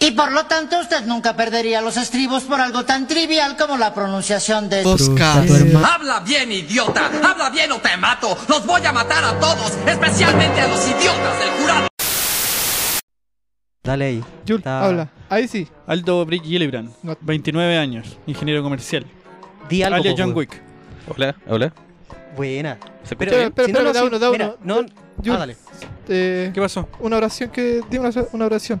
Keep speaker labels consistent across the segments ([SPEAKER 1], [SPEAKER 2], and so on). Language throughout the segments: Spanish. [SPEAKER 1] Y por lo tanto usted nunca perdería los estribos por algo tan trivial como la pronunciación de... este
[SPEAKER 2] Tosca.
[SPEAKER 3] Habla bien, idiota. Habla bien o te mato. Los voy a matar a todos, especialmente a los idiotas del jurado.
[SPEAKER 4] Dale ahí.
[SPEAKER 5] Jul,
[SPEAKER 4] Está-
[SPEAKER 5] habla. Ahí sí.
[SPEAKER 6] Aldo Brick Gillibrand,
[SPEAKER 5] No.
[SPEAKER 6] 29 años, ingeniero comercial.
[SPEAKER 4] Di algo.
[SPEAKER 6] Alias
[SPEAKER 4] po,
[SPEAKER 6] John
[SPEAKER 4] weón.
[SPEAKER 6] Wick.
[SPEAKER 7] Hola, hola.
[SPEAKER 4] Buena.
[SPEAKER 7] ¿Se
[SPEAKER 4] Pero,
[SPEAKER 5] Espera,
[SPEAKER 7] escucha?
[SPEAKER 5] espera,
[SPEAKER 4] si no,
[SPEAKER 5] espera,
[SPEAKER 4] no,
[SPEAKER 5] da
[SPEAKER 4] sí,
[SPEAKER 5] uno, da
[SPEAKER 4] mira,
[SPEAKER 5] uno.
[SPEAKER 4] no-
[SPEAKER 5] Jul,
[SPEAKER 4] ah, dale.
[SPEAKER 5] eh,
[SPEAKER 6] ¿Qué pasó?
[SPEAKER 5] una oración que. Dime una, una oración.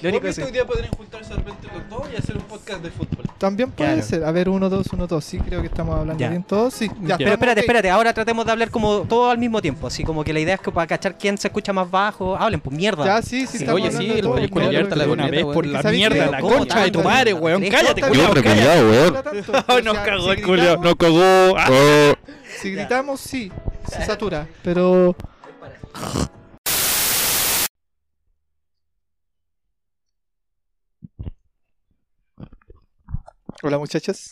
[SPEAKER 4] Lo único que sí.
[SPEAKER 7] día podrían juntarse de repente los dos y hacer un podcast de fútbol?
[SPEAKER 5] También puede
[SPEAKER 4] Claro.
[SPEAKER 5] ser. A ver, uno, dos, uno, dos. Sí, creo que estamos hablando
[SPEAKER 4] Ya.
[SPEAKER 5] bien todos. Sí, ya.
[SPEAKER 6] Ya.
[SPEAKER 4] Pero
[SPEAKER 5] estamos,
[SPEAKER 4] espérate,
[SPEAKER 5] ok.
[SPEAKER 4] espérate, ahora tratemos de hablar como todo al mismo tiempo, así como que la idea es que para cachar quién se escucha más bajo, hablen, pues mierda.
[SPEAKER 5] Ya, sí, sí,
[SPEAKER 4] Sí,
[SPEAKER 5] estamos
[SPEAKER 7] oye, sí,
[SPEAKER 5] hablando de
[SPEAKER 7] el
[SPEAKER 5] todo,
[SPEAKER 7] Rodrigo
[SPEAKER 5] no,
[SPEAKER 7] Gallardo,
[SPEAKER 5] no,
[SPEAKER 7] la
[SPEAKER 5] no,
[SPEAKER 6] una
[SPEAKER 7] corneta,
[SPEAKER 6] vez
[SPEAKER 7] weón.
[SPEAKER 6] por la
[SPEAKER 5] ¿Sabes qué?
[SPEAKER 6] mierda,
[SPEAKER 5] Pero
[SPEAKER 6] la
[SPEAKER 4] ¿cómo
[SPEAKER 6] concha de tu
[SPEAKER 5] tanto?
[SPEAKER 6] madre, weón.
[SPEAKER 4] Tres
[SPEAKER 6] Cállate,
[SPEAKER 5] cotas,
[SPEAKER 6] culiao,
[SPEAKER 5] weón.
[SPEAKER 6] cállate.
[SPEAKER 5] no, no, no,
[SPEAKER 6] Ay,
[SPEAKER 5] o
[SPEAKER 6] nos
[SPEAKER 5] sea,
[SPEAKER 6] cagó
[SPEAKER 5] si
[SPEAKER 6] el culiao,
[SPEAKER 5] gritamos-
[SPEAKER 6] nos cagó. Ah.
[SPEAKER 5] Si gritamos, sí, se satura. Pero Hola muchachas.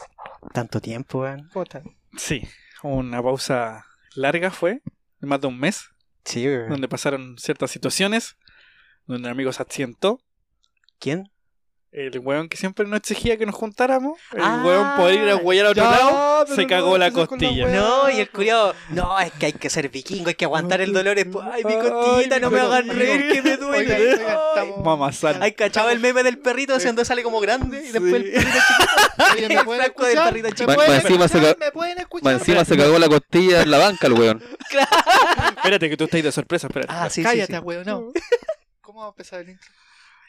[SPEAKER 4] Tanto tiempo, weón.
[SPEAKER 5] ¿Cómo están?
[SPEAKER 6] Sí, una pausa larga fue, más de un mes,
[SPEAKER 4] Sí, weón.
[SPEAKER 6] donde pasaron ciertas situaciones, donde un amigo se accidentó,
[SPEAKER 4] ¿Quién?
[SPEAKER 6] el weón que siempre nos exigía que nos juntáramos, el
[SPEAKER 4] Ah,
[SPEAKER 6] weón por ir a huellar a otro
[SPEAKER 5] ya,
[SPEAKER 6] lado,
[SPEAKER 5] pero
[SPEAKER 6] se
[SPEAKER 5] no
[SPEAKER 6] cagó la
[SPEAKER 5] empieces con la
[SPEAKER 6] costilla.
[SPEAKER 5] wea.
[SPEAKER 4] No, y el culiado, no, es que hay que ser vikingo, hay que aguantar el dolor. es po- Ay, mi
[SPEAKER 6] Ay,
[SPEAKER 4] costillita, no me
[SPEAKER 6] pero-
[SPEAKER 4] hagan reír, que me
[SPEAKER 5] Oigan,
[SPEAKER 4] duele.
[SPEAKER 5] oigan,
[SPEAKER 4] Ay.
[SPEAKER 5] estamos-
[SPEAKER 6] Mamá sal.
[SPEAKER 4] Hay cachado el meme del perrito, ese donde sale como grande y después el perrito
[SPEAKER 5] Oye,
[SPEAKER 4] el
[SPEAKER 5] ¿me pueden
[SPEAKER 4] flaco del
[SPEAKER 5] escuchar?
[SPEAKER 4] perrito
[SPEAKER 5] ¿Me
[SPEAKER 4] chico.
[SPEAKER 7] Más-
[SPEAKER 5] pueden
[SPEAKER 7] más encima se
[SPEAKER 5] escuchar?
[SPEAKER 7] ca-
[SPEAKER 5] ¿Me pueden escuchar?
[SPEAKER 7] Más encima se cagó la costilla en la banca el weón.
[SPEAKER 6] Espérate que tú estás de sorpresa, espérate.
[SPEAKER 4] Ah, sí, sí,
[SPEAKER 5] Cállate,
[SPEAKER 4] sí.
[SPEAKER 5] weón, no. ¿Cómo va a empezar el intro?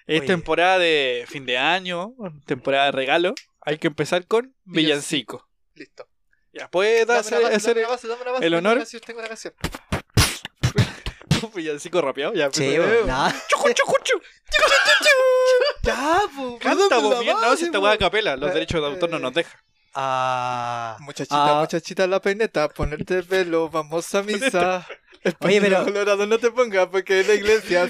[SPEAKER 6] es
[SPEAKER 4] oye.
[SPEAKER 6] temporada de fin de año, temporada de regalo, hay que empezar con villancico.
[SPEAKER 5] Listo.
[SPEAKER 6] Ya puedes
[SPEAKER 5] Dame
[SPEAKER 6] hacer,
[SPEAKER 5] una base,
[SPEAKER 6] hacer
[SPEAKER 5] dame una base, dame una base,
[SPEAKER 6] el
[SPEAKER 5] tengo una
[SPEAKER 6] honor.
[SPEAKER 5] canción, tengo una canción.
[SPEAKER 6] un villancico rapeado, ya. Eh,
[SPEAKER 4] Sí,
[SPEAKER 6] empezó.
[SPEAKER 4] weón, no.
[SPEAKER 6] Chucu, chucu, chucu.
[SPEAKER 5] Ya,
[SPEAKER 4] pues,
[SPEAKER 5] po,
[SPEAKER 6] Canta,
[SPEAKER 5] mándame
[SPEAKER 6] vos,
[SPEAKER 5] la
[SPEAKER 6] bien, no,
[SPEAKER 5] base,
[SPEAKER 6] si esta
[SPEAKER 5] po.
[SPEAKER 6] weá a capela, los
[SPEAKER 5] Eh,
[SPEAKER 6] derechos de autor no nos dejan.
[SPEAKER 4] Ah.
[SPEAKER 5] Muchachita,
[SPEAKER 4] Ah.
[SPEAKER 5] muchachita, la peineta, ponerte el pelo, vamos a misa.
[SPEAKER 4] Oye, pero-
[SPEAKER 5] Español Colorado, no te pongas porque la iglesia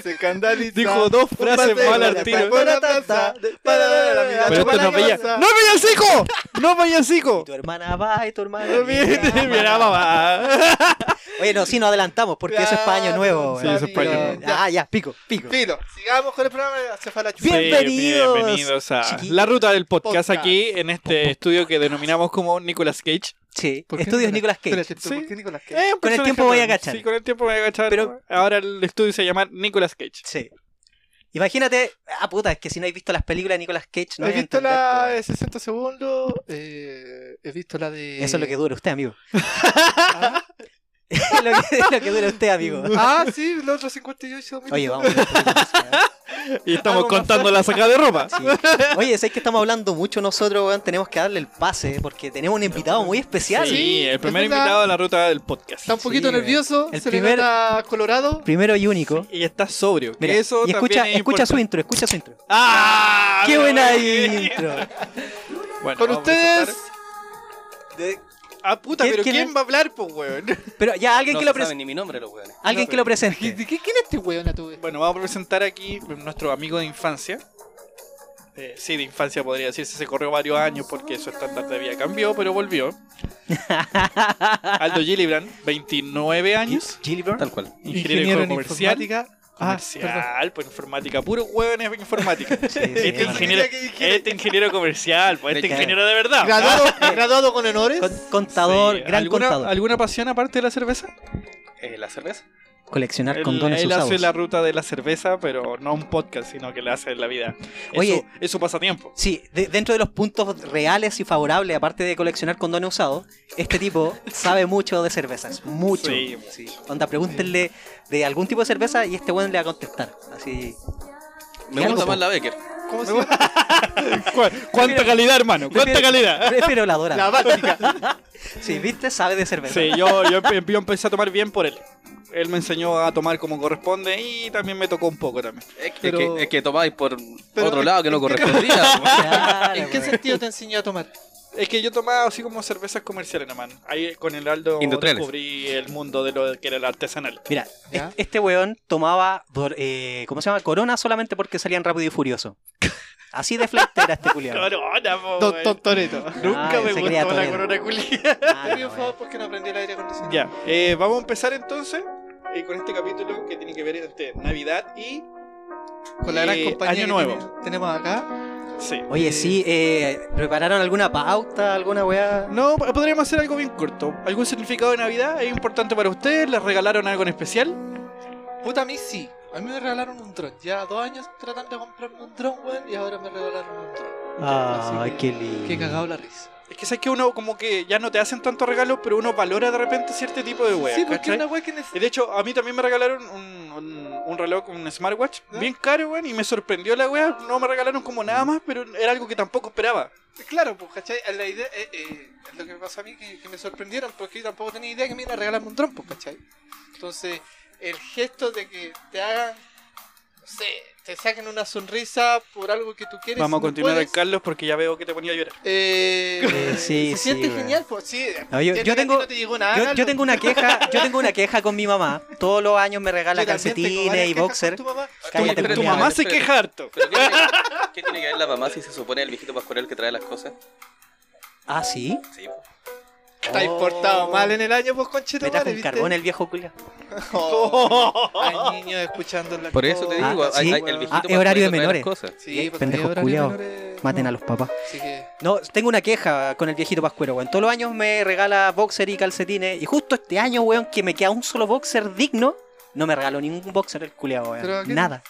[SPEAKER 5] se escandaliza.
[SPEAKER 6] Dijo dos frases mal al tiro.
[SPEAKER 5] Para taza, para la vida,
[SPEAKER 6] Pero esto
[SPEAKER 5] chupa la
[SPEAKER 6] no veía.
[SPEAKER 5] casa.
[SPEAKER 6] ¡No villancico! ¡No villancico!
[SPEAKER 4] Tu hermana va y tu hermana.
[SPEAKER 6] Bien,
[SPEAKER 4] viene.
[SPEAKER 6] mira, mamá.
[SPEAKER 4] Oye, no, sí, nos adelantamos porque eso es para año nuevo.
[SPEAKER 6] Sí,
[SPEAKER 4] weón.
[SPEAKER 6] eso es para año
[SPEAKER 4] Pero-
[SPEAKER 6] nuevo.
[SPEAKER 4] Ah, ya, pico, pico.
[SPEAKER 5] Filo, sigamos con el programa. Se fue la chupa.
[SPEAKER 4] Bien. Bienvenidos,
[SPEAKER 6] Sí, bienvenidos a
[SPEAKER 4] chiquillos.
[SPEAKER 6] La Ruta del podcast,
[SPEAKER 5] Podcast.
[SPEAKER 6] aquí en este estudio que denominamos como Nicolas Cage.
[SPEAKER 4] Sí,
[SPEAKER 5] ¿Por qué
[SPEAKER 4] estudios Nicolas Cage.
[SPEAKER 5] Espérate,
[SPEAKER 6] Sí.
[SPEAKER 5] ¿Por qué Nicolas Cage?
[SPEAKER 6] Eh, un
[SPEAKER 4] Con el
[SPEAKER 6] personaje
[SPEAKER 4] tiempo voy a
[SPEAKER 6] raro.
[SPEAKER 4] agachar.
[SPEAKER 6] Sí, con el tiempo voy a agachar.
[SPEAKER 4] Pero-
[SPEAKER 6] ahora el estudio se llama Nicolas Cage.
[SPEAKER 4] Sí. Imagínate, ah, puta, es que si no has visto las películas de Nicolas Cage, no
[SPEAKER 5] he
[SPEAKER 4] vais a
[SPEAKER 5] visto
[SPEAKER 4] entender,
[SPEAKER 5] la
[SPEAKER 4] pues.
[SPEAKER 5] de 60 segundos. eh, he visto la de.
[SPEAKER 4] Eso es lo que dura usted, amigo. Es lo, que, es lo que dura usted, amigo.
[SPEAKER 5] Ah, sí, los otros 58 minutos.
[SPEAKER 4] Oye, vamos. a ver películas, weón.
[SPEAKER 6] Y estamos
[SPEAKER 5] Algo más
[SPEAKER 6] contando la saca de ropa.
[SPEAKER 4] Sí. Oye, ¿sabes que estamos hablando mucho nosotros, weón? Tenemos que darle el pase eh, porque tenemos un invitado muy especial.
[SPEAKER 6] Sí, el
[SPEAKER 5] es
[SPEAKER 6] primer
[SPEAKER 5] verdad.
[SPEAKER 6] invitado de La Ruta del podcast.
[SPEAKER 5] Está un poquito
[SPEAKER 4] Sí, eh,
[SPEAKER 5] nervioso.
[SPEAKER 4] el
[SPEAKER 5] se
[SPEAKER 4] primer-
[SPEAKER 5] le nota colorado.
[SPEAKER 4] Primero y único.
[SPEAKER 6] Y está sobrio. que
[SPEAKER 4] Mira,
[SPEAKER 6] eso
[SPEAKER 4] y escucha,
[SPEAKER 6] también es
[SPEAKER 4] escucha su
[SPEAKER 6] importante.
[SPEAKER 4] intro, escucha su intro.
[SPEAKER 6] ¡Ah!
[SPEAKER 4] ¡Qué
[SPEAKER 6] mira,
[SPEAKER 4] buena
[SPEAKER 6] bien.
[SPEAKER 4] intro!
[SPEAKER 6] Bueno,
[SPEAKER 5] Con
[SPEAKER 6] vamos a presentar-
[SPEAKER 5] ustedes.
[SPEAKER 6] Ah, puta,
[SPEAKER 4] ¿Quién-
[SPEAKER 6] pero
[SPEAKER 4] quién
[SPEAKER 6] ¿quién,
[SPEAKER 4] es?
[SPEAKER 6] va a hablar, pues, weón?
[SPEAKER 4] Pero ya alguien
[SPEAKER 7] No
[SPEAKER 4] que lo
[SPEAKER 7] se sabe
[SPEAKER 4] presente.
[SPEAKER 7] ni mi nombre los weones.
[SPEAKER 4] Alguien que lo presente.
[SPEAKER 5] ¿De qué, ¿Quién es este weón a tu vez?
[SPEAKER 6] Bueno, vamos a presentar aquí a nuestro amigo de infancia. Eh, sí, de infancia podría decirse, se corrió varios años porque su estándar de vida cambió, pero volvió. Aldo Gillibrand, 29 años,
[SPEAKER 7] Tal cual.
[SPEAKER 6] ingeniero,
[SPEAKER 5] en
[SPEAKER 6] comercial.
[SPEAKER 5] informática. Ah,
[SPEAKER 6] Comercial,
[SPEAKER 5] perdón.
[SPEAKER 6] pues informática, puro hueón es informática. este,
[SPEAKER 4] hermano.
[SPEAKER 6] ingeniero, este ingeniero comercial, pues este
[SPEAKER 7] De-
[SPEAKER 6] ingeniero de verdad.
[SPEAKER 7] Ah,
[SPEAKER 5] ¿Graduado, graduado con honores.
[SPEAKER 4] Ah, Eh, Con- contador,
[SPEAKER 6] Sí,
[SPEAKER 4] gran
[SPEAKER 6] ¿alguna,
[SPEAKER 4] contador.
[SPEAKER 6] ¿Alguna pasión aparte de la cerveza?
[SPEAKER 7] Eh, ¿La cerveza?
[SPEAKER 4] Coleccionar
[SPEAKER 6] Él,
[SPEAKER 4] condones
[SPEAKER 6] él
[SPEAKER 4] usados.
[SPEAKER 6] hace la ruta de la cerveza, pero no un podcast, sino que la hace en la vida. Eso,
[SPEAKER 4] Oye.
[SPEAKER 6] eso pasa tiempo.
[SPEAKER 4] Sí, de- dentro de los puntos reales y favorables, aparte de coleccionar condones usados, este tipo sabe mucho de cervezas. Mucho.
[SPEAKER 6] Sí,
[SPEAKER 4] Sí. Onda, pregúntenle de algún tipo de cerveza y este weón le va a contestar. Así.
[SPEAKER 7] Me
[SPEAKER 4] Algo,
[SPEAKER 7] gusta
[SPEAKER 4] po.
[SPEAKER 7] más la Becker.
[SPEAKER 5] ¿Cómo se llama?
[SPEAKER 6] ¿Cuánta calidad, hermano? ¿Cuánta
[SPEAKER 4] Prefiero-
[SPEAKER 6] calidad?
[SPEAKER 4] Prefiero la dorada.
[SPEAKER 5] La básica.
[SPEAKER 4] Sí, viste, sabe de cerveza.
[SPEAKER 6] Sí, yo, yo, empe- yo empecé a tomar bien por él. Él me enseñó a tomar como corresponde y también me tocó un poco también.
[SPEAKER 7] Es que,
[SPEAKER 5] Pero-
[SPEAKER 7] es que, es que tomáis por
[SPEAKER 5] Pero-
[SPEAKER 7] otro lado que no correspondía. po.
[SPEAKER 4] Claro,
[SPEAKER 5] ¿En qué
[SPEAKER 4] weón.
[SPEAKER 5] sentido te enseñó a tomar?
[SPEAKER 6] Es que yo tomaba así como cervezas comerciales, nomás. Ahí con el Aldo
[SPEAKER 7] Industriales.
[SPEAKER 6] descubrí el mundo de lo que era el artesanal.
[SPEAKER 4] Mira,
[SPEAKER 5] ¿Ya?
[SPEAKER 4] es- este weón tomaba, dor- eh, ¿cómo se llama? Corona solamente porque salían rápido y furioso. Así de flight era este culiado.
[SPEAKER 6] Corona, po,
[SPEAKER 5] Don
[SPEAKER 6] weón.
[SPEAKER 5] Don Toreto.
[SPEAKER 6] Nunca
[SPEAKER 4] Ah,
[SPEAKER 6] me
[SPEAKER 4] se Ah,
[SPEAKER 6] gustó
[SPEAKER 4] creía
[SPEAKER 6] la
[SPEAKER 4] torero.
[SPEAKER 6] corona culia.
[SPEAKER 4] eh.
[SPEAKER 7] porque no aprendí el aire acondicionado.
[SPEAKER 6] Ya, eh, vamos a empezar entonces eh, con este capítulo que tiene que ver entre Navidad y.
[SPEAKER 5] Con la gran
[SPEAKER 6] eh,
[SPEAKER 5] compañía
[SPEAKER 6] Año
[SPEAKER 5] que
[SPEAKER 6] Nuevo.
[SPEAKER 5] tiene- tenemos acá.
[SPEAKER 6] Sí.
[SPEAKER 4] Oye, sí, eh, ¿prepararon alguna pauta, alguna weá?
[SPEAKER 6] No, p- podríamos hacer algo bien corto. ¿Algún significado de Navidad es importante para ustedes? ¿Les regalaron algo en especial?
[SPEAKER 5] Puta, a mí sí. A mí me regalaron un dron. Ya dos años tratando de comprarme un dron, weón, y ahora me regalaron un dron.
[SPEAKER 4] Ay,
[SPEAKER 5] Así
[SPEAKER 4] Ah, qué
[SPEAKER 5] que-
[SPEAKER 4] lindo.
[SPEAKER 5] Qué cagado la risa.
[SPEAKER 6] Es que sabes que uno, como que ya no te hacen tanto regalo, pero uno valora de repente cierto tipo de weas.
[SPEAKER 5] sí, porque
[SPEAKER 6] ¿cachai?
[SPEAKER 5] una wea que
[SPEAKER 6] Y
[SPEAKER 5] necesita.
[SPEAKER 6] de hecho, a mí también me regalaron un, un- un reloj, un smartwatch, bien caro, weón, y me sorprendió la wea. No me regalaron como nada más, pero era algo que tampoco esperaba.
[SPEAKER 5] Claro, pues, ¿cachai? La idea, eh, eh, lo que me pasó a mí que, que me sorprendieron, porque yo tampoco tenía idea que me iban a regalarme un dron, pues, ¿cachai? Entonces, el gesto de que te hagan, no sé, te saquen una sonrisa por algo que tú quieres.
[SPEAKER 6] Vamos a
[SPEAKER 5] y no
[SPEAKER 6] continuar,
[SPEAKER 5] puedes,
[SPEAKER 6] Carlos, porque ya veo que te ponía a llorar.
[SPEAKER 5] Eh,
[SPEAKER 4] Eh, sí, sí,
[SPEAKER 5] se siente
[SPEAKER 4] weón.
[SPEAKER 5] genial, pues, sí.
[SPEAKER 4] No, yo- yo
[SPEAKER 5] entiendo que a ti
[SPEAKER 4] tengo-
[SPEAKER 5] no te llegó nada,
[SPEAKER 4] Yo,
[SPEAKER 5] Carlos.
[SPEAKER 4] yo tengo una queja, yo tengo una queja con mi mamá. Todos los años me regala
[SPEAKER 5] Yo también tengo
[SPEAKER 4] calcetines
[SPEAKER 5] varias
[SPEAKER 4] y
[SPEAKER 5] quejas con
[SPEAKER 4] boxer.
[SPEAKER 5] tu mamá.
[SPEAKER 4] Cállate,
[SPEAKER 6] tu
[SPEAKER 7] Pero-
[SPEAKER 4] culiao.
[SPEAKER 6] mamá se
[SPEAKER 7] pero-
[SPEAKER 6] queja harto.
[SPEAKER 7] ¿Pero qué, tiene, qué tiene que ver la mamá si se supone el viejito pascual que trae las cosas?
[SPEAKER 4] Ah, sí.
[SPEAKER 7] Sí.
[SPEAKER 5] Te has portado mal en el año, pues,
[SPEAKER 4] Me
[SPEAKER 5] conchito,
[SPEAKER 4] trajo un carbón eh. el viejo culiao.
[SPEAKER 5] Hay niños escuchando las
[SPEAKER 7] Por eso te
[SPEAKER 5] cosas,
[SPEAKER 7] digo,
[SPEAKER 4] Ah,
[SPEAKER 7] hay,
[SPEAKER 4] sí.
[SPEAKER 7] hay- el
[SPEAKER 4] Ah,
[SPEAKER 7] viejito
[SPEAKER 4] es
[SPEAKER 7] Pascual
[SPEAKER 4] horario de
[SPEAKER 7] trae las
[SPEAKER 4] menores.
[SPEAKER 7] cosas.
[SPEAKER 5] Sí, pues,
[SPEAKER 4] Pendejos
[SPEAKER 5] ahora
[SPEAKER 4] culiaos.
[SPEAKER 5] menores,
[SPEAKER 4] Maten
[SPEAKER 5] no.
[SPEAKER 4] a los papás.
[SPEAKER 5] Así que...
[SPEAKER 4] No, tengo una queja con el viejito Pascuero, weón. Todos los años me regala boxer y calcetines. Y justo este año, weón, que me queda un solo boxer digno, no me regaló ningún boxer el culiao,
[SPEAKER 5] ¿Pero a
[SPEAKER 4] weón.
[SPEAKER 5] qué?
[SPEAKER 4] Nada.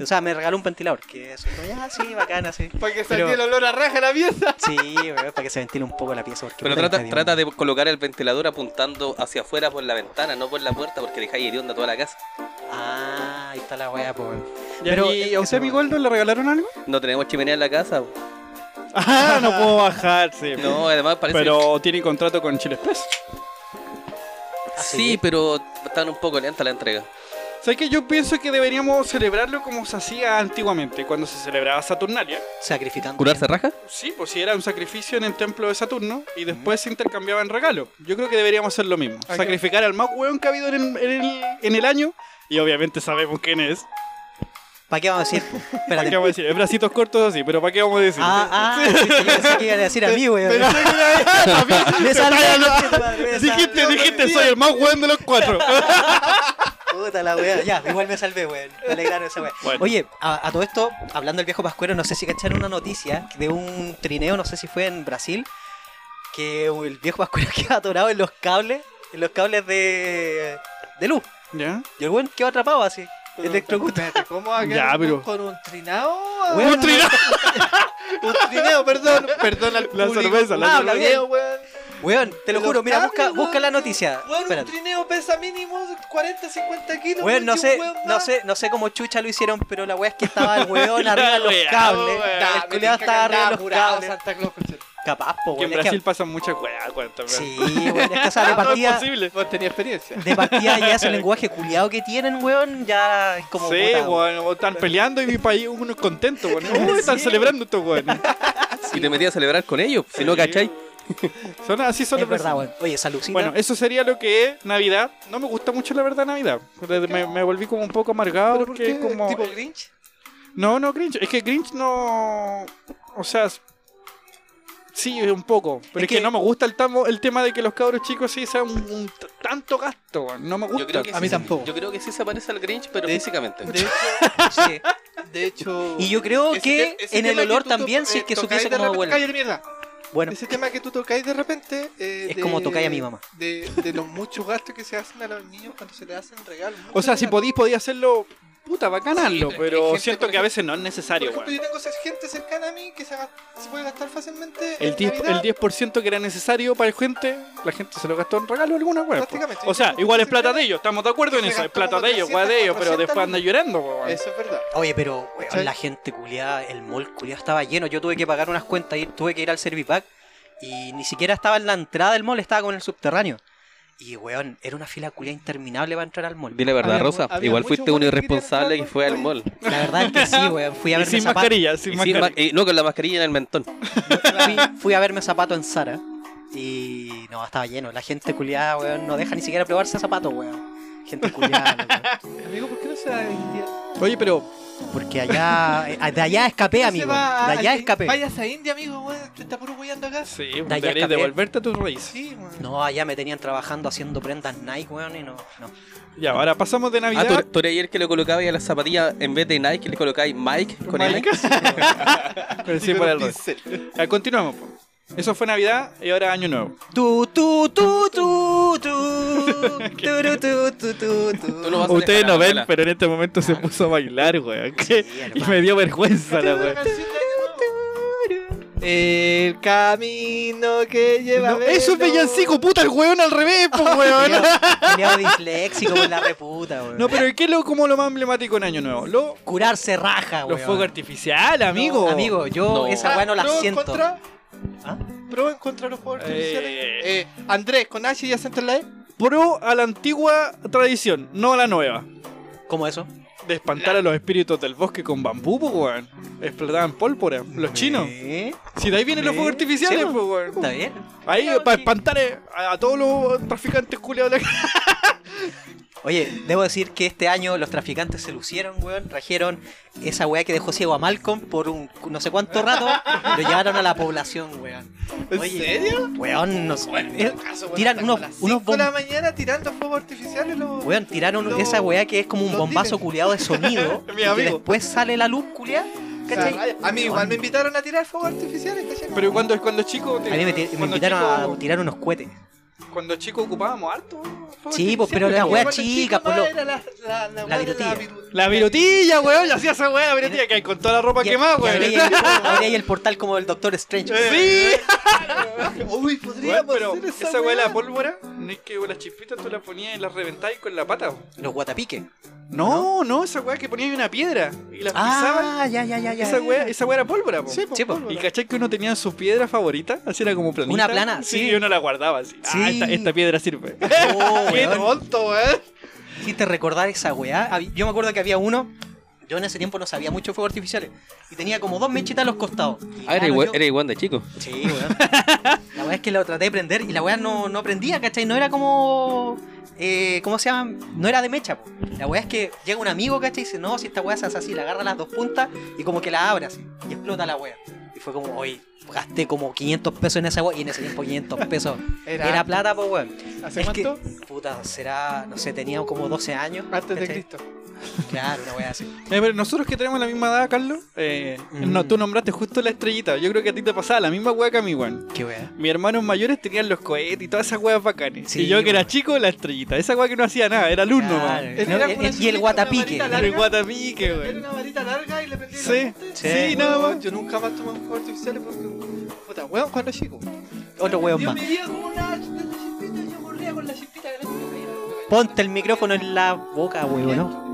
[SPEAKER 4] O sea, me regaló un ventilador, que eso, como, ya, sí, bacana, sí.
[SPEAKER 5] Para que
[SPEAKER 4] Pero-
[SPEAKER 5] salga el olor a raja de la pieza.
[SPEAKER 4] Sí, weón, para que se ventile un poco la pieza. Porque
[SPEAKER 7] Pero
[SPEAKER 4] puta,
[SPEAKER 7] trata,
[SPEAKER 4] está
[SPEAKER 7] trata
[SPEAKER 4] bien.
[SPEAKER 7] de colocar el ventilador apuntando hacia afuera por la ventana, no por la puerta, porque dejáis hedionda toda la casa.
[SPEAKER 4] Ah, ahí está la weá, po, weón.
[SPEAKER 6] Pero, ¿Y
[SPEAKER 4] eh,
[SPEAKER 6] a usted,
[SPEAKER 4] eso,
[SPEAKER 6] mi Goldo, le regalaron algo?
[SPEAKER 7] No tenemos chimenea en la casa.
[SPEAKER 6] Ah, no puedo bajar, sí.
[SPEAKER 7] No, además parece.
[SPEAKER 6] Pero tiene contrato con Chile Express.
[SPEAKER 7] Ah, Sí, pero están un poco lenta la entrega.
[SPEAKER 6] ¿Sabes que Yo pienso que deberíamos celebrarlo como se hacía antiguamente, cuando se celebraba Saturnalia.
[SPEAKER 4] Sacrificando.
[SPEAKER 7] ¿Curarse raja?
[SPEAKER 6] Sí, pues si era un sacrificio en el templo de Saturno y después se intercambiaban regalos. Yo creo que deberíamos hacer lo mismo.
[SPEAKER 5] qué?
[SPEAKER 6] Sacrificar al más hueón que ha habido en el, en el- en el año. Y obviamente sabemos quién es.
[SPEAKER 4] ¿Para qué vamos a decir? po?
[SPEAKER 6] ¿Para qué
[SPEAKER 4] Espérate.
[SPEAKER 6] vamos a decir? Es bracitos cortos así, pero ¿para qué vamos a decir?
[SPEAKER 4] Ah, ah, sí, sí, yo pensé que iban a decir a mí, weón. Me salvé, compadre, me
[SPEAKER 6] dijiste,
[SPEAKER 4] salvé,
[SPEAKER 6] dijiste, soy el más hueón de los cuatro.
[SPEAKER 4] Puta la wea. Ya, igual me salvé, weón. Me alegraron esa wea.
[SPEAKER 6] Bueno.
[SPEAKER 4] Oye, a, a todo esto, hablando del viejo Pascuero, no sé si cacharon una noticia de un trineo, no sé si fue en Brasil, que el viejo Pascuero queda atorado en los cables, en los cables de, de luz.
[SPEAKER 6] ¿Ya?
[SPEAKER 4] Y el weón quedó atrapado así. Electrocutado.
[SPEAKER 5] Espérate, ¿Cómo va a
[SPEAKER 6] Ya,
[SPEAKER 5] quedar
[SPEAKER 6] pero-
[SPEAKER 5] con un trinado?
[SPEAKER 4] Weón,
[SPEAKER 5] un trinado. un trineo, perdón. Perdón al
[SPEAKER 6] La
[SPEAKER 5] público.
[SPEAKER 6] cerveza, la
[SPEAKER 5] Ah, habla
[SPEAKER 4] cerveza.
[SPEAKER 5] bien, weón.
[SPEAKER 4] Weón, te lo
[SPEAKER 5] Pero
[SPEAKER 4] juro, mira, busca,
[SPEAKER 5] cables,
[SPEAKER 4] busca la
[SPEAKER 5] weón.
[SPEAKER 4] noticia.
[SPEAKER 5] Weón, un
[SPEAKER 4] Espérate.
[SPEAKER 5] trineo pesa mínimo 40, 50 kilos.
[SPEAKER 4] Weón, no
[SPEAKER 5] que
[SPEAKER 4] sé,
[SPEAKER 5] un weón
[SPEAKER 4] no
[SPEAKER 5] más.
[SPEAKER 4] sé, no sé cómo chucha lo hicieron, pero la wea es que estaba el weón arriba de los
[SPEAKER 6] Weón,
[SPEAKER 4] cables.
[SPEAKER 6] weón.
[SPEAKER 5] Ya,
[SPEAKER 4] El
[SPEAKER 5] me
[SPEAKER 4] culiao
[SPEAKER 5] tinca que
[SPEAKER 4] estaba arriba de
[SPEAKER 5] andaba
[SPEAKER 4] los
[SPEAKER 5] apurado,
[SPEAKER 4] cables.
[SPEAKER 5] Santa Claus, conche.
[SPEAKER 4] Capaz, po,
[SPEAKER 6] Que
[SPEAKER 4] weón. es
[SPEAKER 6] en
[SPEAKER 4] que-
[SPEAKER 6] Brasil pasan muchas weas, cuéntame.
[SPEAKER 4] Sí, weón, es que o sea, de
[SPEAKER 6] No es
[SPEAKER 4] partida,
[SPEAKER 6] posible.
[SPEAKER 5] Vos tenías experiencia.
[SPEAKER 4] de partida ya ese lenguaje culiado que tienen, weón, ya es como.
[SPEAKER 6] sí,
[SPEAKER 4] puta,
[SPEAKER 6] bueno, están peleando y mi país uno es contento, bueno. Uy, están
[SPEAKER 4] Sí.
[SPEAKER 6] celebrando estos weones.
[SPEAKER 7] Y te metí a celebrar con ellos, si no cachai.
[SPEAKER 6] Son así son
[SPEAKER 4] Es
[SPEAKER 6] los
[SPEAKER 4] verdad,
[SPEAKER 6] brasileños.
[SPEAKER 4] weón. Oye, salucita.
[SPEAKER 6] Bueno, eso sería lo que es Navidad. No me gusta mucho la verdad Navidad. Me, me volví como un poco amargado
[SPEAKER 5] ¿Pero por
[SPEAKER 6] porque
[SPEAKER 5] qué?
[SPEAKER 6] es como
[SPEAKER 5] ¿Tipo Grinch?
[SPEAKER 6] No, no Grinch, es que Grinch no o sea, s- sí un poco, pero
[SPEAKER 4] Es
[SPEAKER 6] es, que,
[SPEAKER 4] que-
[SPEAKER 6] no me gusta el tamo- el tema de que los cabros chicos sí sean un, un t- tanto gasto, weón. no me gusta.
[SPEAKER 7] Yo creo que
[SPEAKER 5] A mí
[SPEAKER 7] sí,
[SPEAKER 5] tampoco.
[SPEAKER 7] Yo creo que sí se parece al Grinch, pero físicamente.
[SPEAKER 5] De hecho,
[SPEAKER 4] sí.
[SPEAKER 5] de hecho...
[SPEAKER 4] Y yo creo
[SPEAKER 5] ese
[SPEAKER 4] que
[SPEAKER 5] te- ese
[SPEAKER 4] en el
[SPEAKER 5] tema que
[SPEAKER 4] olor
[SPEAKER 5] tú to-
[SPEAKER 4] también, si
[SPEAKER 5] eh,
[SPEAKER 4] es que
[SPEAKER 5] tocáis
[SPEAKER 4] supiese
[SPEAKER 5] de
[SPEAKER 4] cómo
[SPEAKER 5] repente-
[SPEAKER 4] huele.
[SPEAKER 5] Cállate, mierda.
[SPEAKER 4] Bueno,
[SPEAKER 5] Ese tema que tú tocáis de repente. eh,
[SPEAKER 4] Es
[SPEAKER 5] de-
[SPEAKER 4] como tocáis a mi mamá.
[SPEAKER 5] De, de los muchos gastos que se hacen a los niños cuando se les hacen regalos.
[SPEAKER 6] O sea, si
[SPEAKER 5] podéis
[SPEAKER 6] podís podía hacerlo puta bacanarlo,
[SPEAKER 5] Sí, pero es que hay
[SPEAKER 6] pero
[SPEAKER 5] gente, por
[SPEAKER 6] siento que a
[SPEAKER 5] ejemplo-
[SPEAKER 6] veces no es
[SPEAKER 5] Por
[SPEAKER 6] necesario,
[SPEAKER 5] ejemplo,
[SPEAKER 6] weón.
[SPEAKER 5] yo tengo esa gente cercana a mí que se, gast- se puede gastar fácilmente.
[SPEAKER 6] El
[SPEAKER 5] en
[SPEAKER 6] 10%,
[SPEAKER 5] Navidad,
[SPEAKER 6] el 10% que era necesario para la gente, la gente se lo gastó en regalo alguna, weón. po.
[SPEAKER 5] Prácticamente.
[SPEAKER 6] O sea, igual es plata de ellos, estamos de acuerdo en
[SPEAKER 5] Se
[SPEAKER 6] eso, es
[SPEAKER 5] gastó
[SPEAKER 6] plata
[SPEAKER 5] como
[SPEAKER 6] de ellos, weón de ellos, pero
[SPEAKER 5] 300,
[SPEAKER 6] después anda llorando, weón.
[SPEAKER 5] Eso es verdad.
[SPEAKER 4] oye, pero weón,
[SPEAKER 5] ¿Cachai?
[SPEAKER 4] la gente culiada, el mall culiado estaba lleno. Yo tuve que pagar unas cuentas y tuve que ir al Servipack. Y ni siquiera estaba en la entrada del mall, estaba como en el subterráneo. Y, weón, era una fila culia interminable para entrar al mall.
[SPEAKER 7] Di la verdad,
[SPEAKER 6] Había-
[SPEAKER 7] Rosa.
[SPEAKER 6] había
[SPEAKER 7] Igual
[SPEAKER 6] mucho
[SPEAKER 7] fuiste un
[SPEAKER 6] guan que
[SPEAKER 7] irresponsable
[SPEAKER 6] quería
[SPEAKER 7] que fue al mall.
[SPEAKER 4] La verdad es que sí, weón. Fui a
[SPEAKER 6] Y
[SPEAKER 4] verme
[SPEAKER 6] sin
[SPEAKER 4] zapatos.
[SPEAKER 6] mascarilla,
[SPEAKER 7] Y
[SPEAKER 6] sin
[SPEAKER 7] sin
[SPEAKER 6] mascarilla.
[SPEAKER 7] ma- y no, con la mascarilla en el mentón.
[SPEAKER 4] fui, fui a verme zapatos en Sara. Y no, estaba lleno. La gente culiada, weón, no deja ni siquiera probarse zapatos, weón. Gente culiada, loco.
[SPEAKER 5] Amigo, ¿por qué no se va a India?
[SPEAKER 6] Oye, pero
[SPEAKER 4] Porque allá, eh, de allá escapé,
[SPEAKER 5] Se
[SPEAKER 4] amigo. De
[SPEAKER 5] va a-
[SPEAKER 4] allá
[SPEAKER 5] a-
[SPEAKER 4] escapé.
[SPEAKER 5] Vayas a India, amigo, weón. Te está puro weyando acá.
[SPEAKER 6] sí,
[SPEAKER 4] ya
[SPEAKER 6] deberías
[SPEAKER 4] escapé.
[SPEAKER 6] devolverte a tus raíces.
[SPEAKER 5] Sí, weón.
[SPEAKER 4] No, allá me tenían trabajando haciendo prendas Nike, weón, y no, no.
[SPEAKER 6] Ya, ahora pasamos de
[SPEAKER 7] Ah,
[SPEAKER 6] Navidad.
[SPEAKER 7] tú, tú eres el que le colocabais a las zapatillas en vez de Nike, le colocabais Mike con el
[SPEAKER 6] Mike. Con el
[SPEAKER 5] Sí,
[SPEAKER 6] sí,
[SPEAKER 5] pero
[SPEAKER 6] para el revés.
[SPEAKER 5] pincel.
[SPEAKER 6] Ya, continuamos. po. Eso fue Navidad y ahora Año Nuevo.
[SPEAKER 4] Tu, tu, tu, tu, tu. Turu, tu, tu, tu, tu.
[SPEAKER 7] Tú lo vas a
[SPEAKER 6] Ustedes
[SPEAKER 7] dejar
[SPEAKER 6] no
[SPEAKER 7] a la
[SPEAKER 6] ven,
[SPEAKER 7] abuela.
[SPEAKER 6] pero en este momento se puso a bailar, weón. que- y
[SPEAKER 4] hermano.
[SPEAKER 6] me dio vergüenza la
[SPEAKER 5] Una
[SPEAKER 6] weón.
[SPEAKER 5] canción de Año
[SPEAKER 4] El camino que
[SPEAKER 6] No, eso es bellancico, puta, el weón al revés, po, weón.
[SPEAKER 4] Culeado disléxico con la reputa, weón.
[SPEAKER 6] Oh, No, pero ¿qué es lo, como lo más emblemático en Año Nuevo? Lo,
[SPEAKER 4] Curarse raja,
[SPEAKER 6] los
[SPEAKER 4] weón.
[SPEAKER 6] fuegos artificiales, amigo.
[SPEAKER 4] No, amigo, yo
[SPEAKER 7] No.
[SPEAKER 4] esa weá no la
[SPEAKER 5] Pro en
[SPEAKER 4] siento.
[SPEAKER 5] Contra,
[SPEAKER 4] ¿Ah?
[SPEAKER 5] Pro en contra de los juegos artificiales.
[SPEAKER 6] Eh.
[SPEAKER 5] Eh, Andrés, con H y acento en la E.
[SPEAKER 6] Pro a la antigua tradición, no a la nueva.
[SPEAKER 4] ¿Cómo eso?
[SPEAKER 6] De espantar a los espíritus del bosque con bambú, po, weón. Explotaban pólvora, los chinos.
[SPEAKER 4] ¿Eh?
[SPEAKER 6] Si de ahí vienen los
[SPEAKER 4] Sí.
[SPEAKER 6] fuegos artificiales,
[SPEAKER 4] Sí,
[SPEAKER 6] po, weón.
[SPEAKER 4] ¿Está bien?
[SPEAKER 6] Ahí, para espantar eh, a, a todos los traficantes culiados de la
[SPEAKER 4] Oye, debo decir que este año los traficantes se lucieron, weón. Trajeron esa weá que dejó ciego a Malcolm por un cu- no sé cuánto rato. lo llevaron a la población, weón.
[SPEAKER 5] ¿En
[SPEAKER 4] Oye,
[SPEAKER 5] serio?
[SPEAKER 4] Weón, no sé. eh,
[SPEAKER 5] Caso, weón,
[SPEAKER 4] tiran
[SPEAKER 5] hasta
[SPEAKER 4] unos,
[SPEAKER 5] con las
[SPEAKER 4] unos
[SPEAKER 5] cinco de la
[SPEAKER 4] bombas.
[SPEAKER 5] mañana tirando fuegos artificiales los.
[SPEAKER 4] Weón, tiraron
[SPEAKER 5] los-
[SPEAKER 4] esa weá que es como un
[SPEAKER 5] los
[SPEAKER 4] bombazo
[SPEAKER 5] dealers.
[SPEAKER 4] culeado de sonido.
[SPEAKER 6] Mi
[SPEAKER 4] y que
[SPEAKER 6] amigo.
[SPEAKER 4] después sale la luz culeada. ¿Cachai?
[SPEAKER 5] Ah, A mí igual me invitaron a tirar fuegos artificiales, ¿cachai?
[SPEAKER 6] Pero cuando, cuando chico. te-
[SPEAKER 4] A mí me, ti- me
[SPEAKER 6] cuando
[SPEAKER 4] invitaron
[SPEAKER 6] chico-
[SPEAKER 4] a tirar unos cohetes.
[SPEAKER 6] Cuando chico ocupábamos harto. fuegos
[SPEAKER 4] Sí, pues,
[SPEAKER 6] artificiales,
[SPEAKER 4] pero la
[SPEAKER 6] po,
[SPEAKER 4] weá
[SPEAKER 6] weón.
[SPEAKER 4] chica, por lo.
[SPEAKER 5] Era la, la, la,
[SPEAKER 4] La
[SPEAKER 5] weá de
[SPEAKER 4] virutilla.
[SPEAKER 5] viru-
[SPEAKER 6] La virutilla, weón. Yo hacía esa weá, la virutilla que hay con toda la ropa
[SPEAKER 4] y-
[SPEAKER 6] quemada,
[SPEAKER 4] y abrí
[SPEAKER 6] weón.
[SPEAKER 4] ahí el- abrí ahí el portal como el Doctor Strange.
[SPEAKER 6] Sí,
[SPEAKER 5] Uy,
[SPEAKER 6] Weón,
[SPEAKER 5] podríamos
[SPEAKER 6] pero
[SPEAKER 5] hacer
[SPEAKER 6] esa weá la pólvora, no es que las chispitas tú las ponías y las reventabas con la pata. weón.
[SPEAKER 4] Los guatapiques.
[SPEAKER 6] No, no, esa weá que ponías una piedra y las pisaban.
[SPEAKER 4] Ah, ya, ya, ya, ya.
[SPEAKER 6] Esa weá, esa weá era pólvora, po.
[SPEAKER 5] Sí, po,
[SPEAKER 4] Sí, po.
[SPEAKER 5] pólvora.
[SPEAKER 6] Y cachai que uno tenía su piedra favorita, así era como planita.
[SPEAKER 4] Una plana, sí.
[SPEAKER 6] Y uno la guardaba así. Ah,
[SPEAKER 4] Sí.
[SPEAKER 6] esta, esta piedra sirve.
[SPEAKER 4] Oh,
[SPEAKER 5] Qué
[SPEAKER 4] weón.
[SPEAKER 5] tonto, weón.
[SPEAKER 4] Hiciste recordar esa weá. Hab- Yo me acuerdo que había uno. Yo en ese tiempo no sabía mucho de fuegos artificiales. Y tenía como dos mechitas a los costados. Y
[SPEAKER 7] Ah, era
[SPEAKER 4] claro,
[SPEAKER 7] igual,
[SPEAKER 4] yo-
[SPEAKER 7] era igual de chico.
[SPEAKER 4] Sí, weón. La weá es que lo traté de prender y la weá no, no prendía, ¿cachai? No era como. eh, ¿Cómo se llama? No era de mecha, po. La weá es que llega un amigo, ¿cachai? Y dice, no, si esta weá se hace así, la agarra las dos puntas y como que la abre así. Y explota la weá. Y fue como, oye, gasté como 500 pesos en esa weá. Y en ese tiempo 500 pesos
[SPEAKER 5] Era-
[SPEAKER 4] era, plata, pues weón.
[SPEAKER 5] ¿Hace
[SPEAKER 4] Es que-
[SPEAKER 5] cuánto?
[SPEAKER 4] puta, será, no sé, tenía como 12 años.
[SPEAKER 5] Antes de
[SPEAKER 4] ¿cachai?
[SPEAKER 5] Cristo.
[SPEAKER 4] Claro, una wea así.
[SPEAKER 6] Eh, pero nosotros que tenemos la misma edad, Carlos, eh,
[SPEAKER 4] Mm.
[SPEAKER 6] no, tú nombraste justo la estrellita. Yo creo que a ti te pasaba la misma hueá que a mí, weón.
[SPEAKER 4] Qué wea.
[SPEAKER 6] Mis hermanos mayores tenían los cohetes y todas esas hueás bacanes.
[SPEAKER 4] Sí,
[SPEAKER 6] y yo que era
[SPEAKER 4] weón.
[SPEAKER 6] chico, la estrellita. Esa hueá que no hacía nada, era alumno,
[SPEAKER 4] Claro.
[SPEAKER 6] weón.
[SPEAKER 4] Y-
[SPEAKER 5] Era
[SPEAKER 4] y-
[SPEAKER 5] una
[SPEAKER 4] y el
[SPEAKER 5] chuleta, una
[SPEAKER 4] guatapique.
[SPEAKER 5] varita
[SPEAKER 6] Era el
[SPEAKER 5] larga.
[SPEAKER 6] guatapique,
[SPEAKER 5] Era
[SPEAKER 6] weón.
[SPEAKER 5] una varita larga y le prendí
[SPEAKER 6] Sí.
[SPEAKER 5] la punta.
[SPEAKER 4] Sí.
[SPEAKER 5] Sí, nada
[SPEAKER 6] Weón,
[SPEAKER 5] más. Yo nunca más tomé fuegos artificiales porque. Puta, weón, cuando chico.
[SPEAKER 4] Otro weón
[SPEAKER 5] Yo
[SPEAKER 4] más.
[SPEAKER 5] me iba con una de la chispita y yo corría con la chispita de la
[SPEAKER 4] Ponte el micrófono en la boca, weón. ¿no?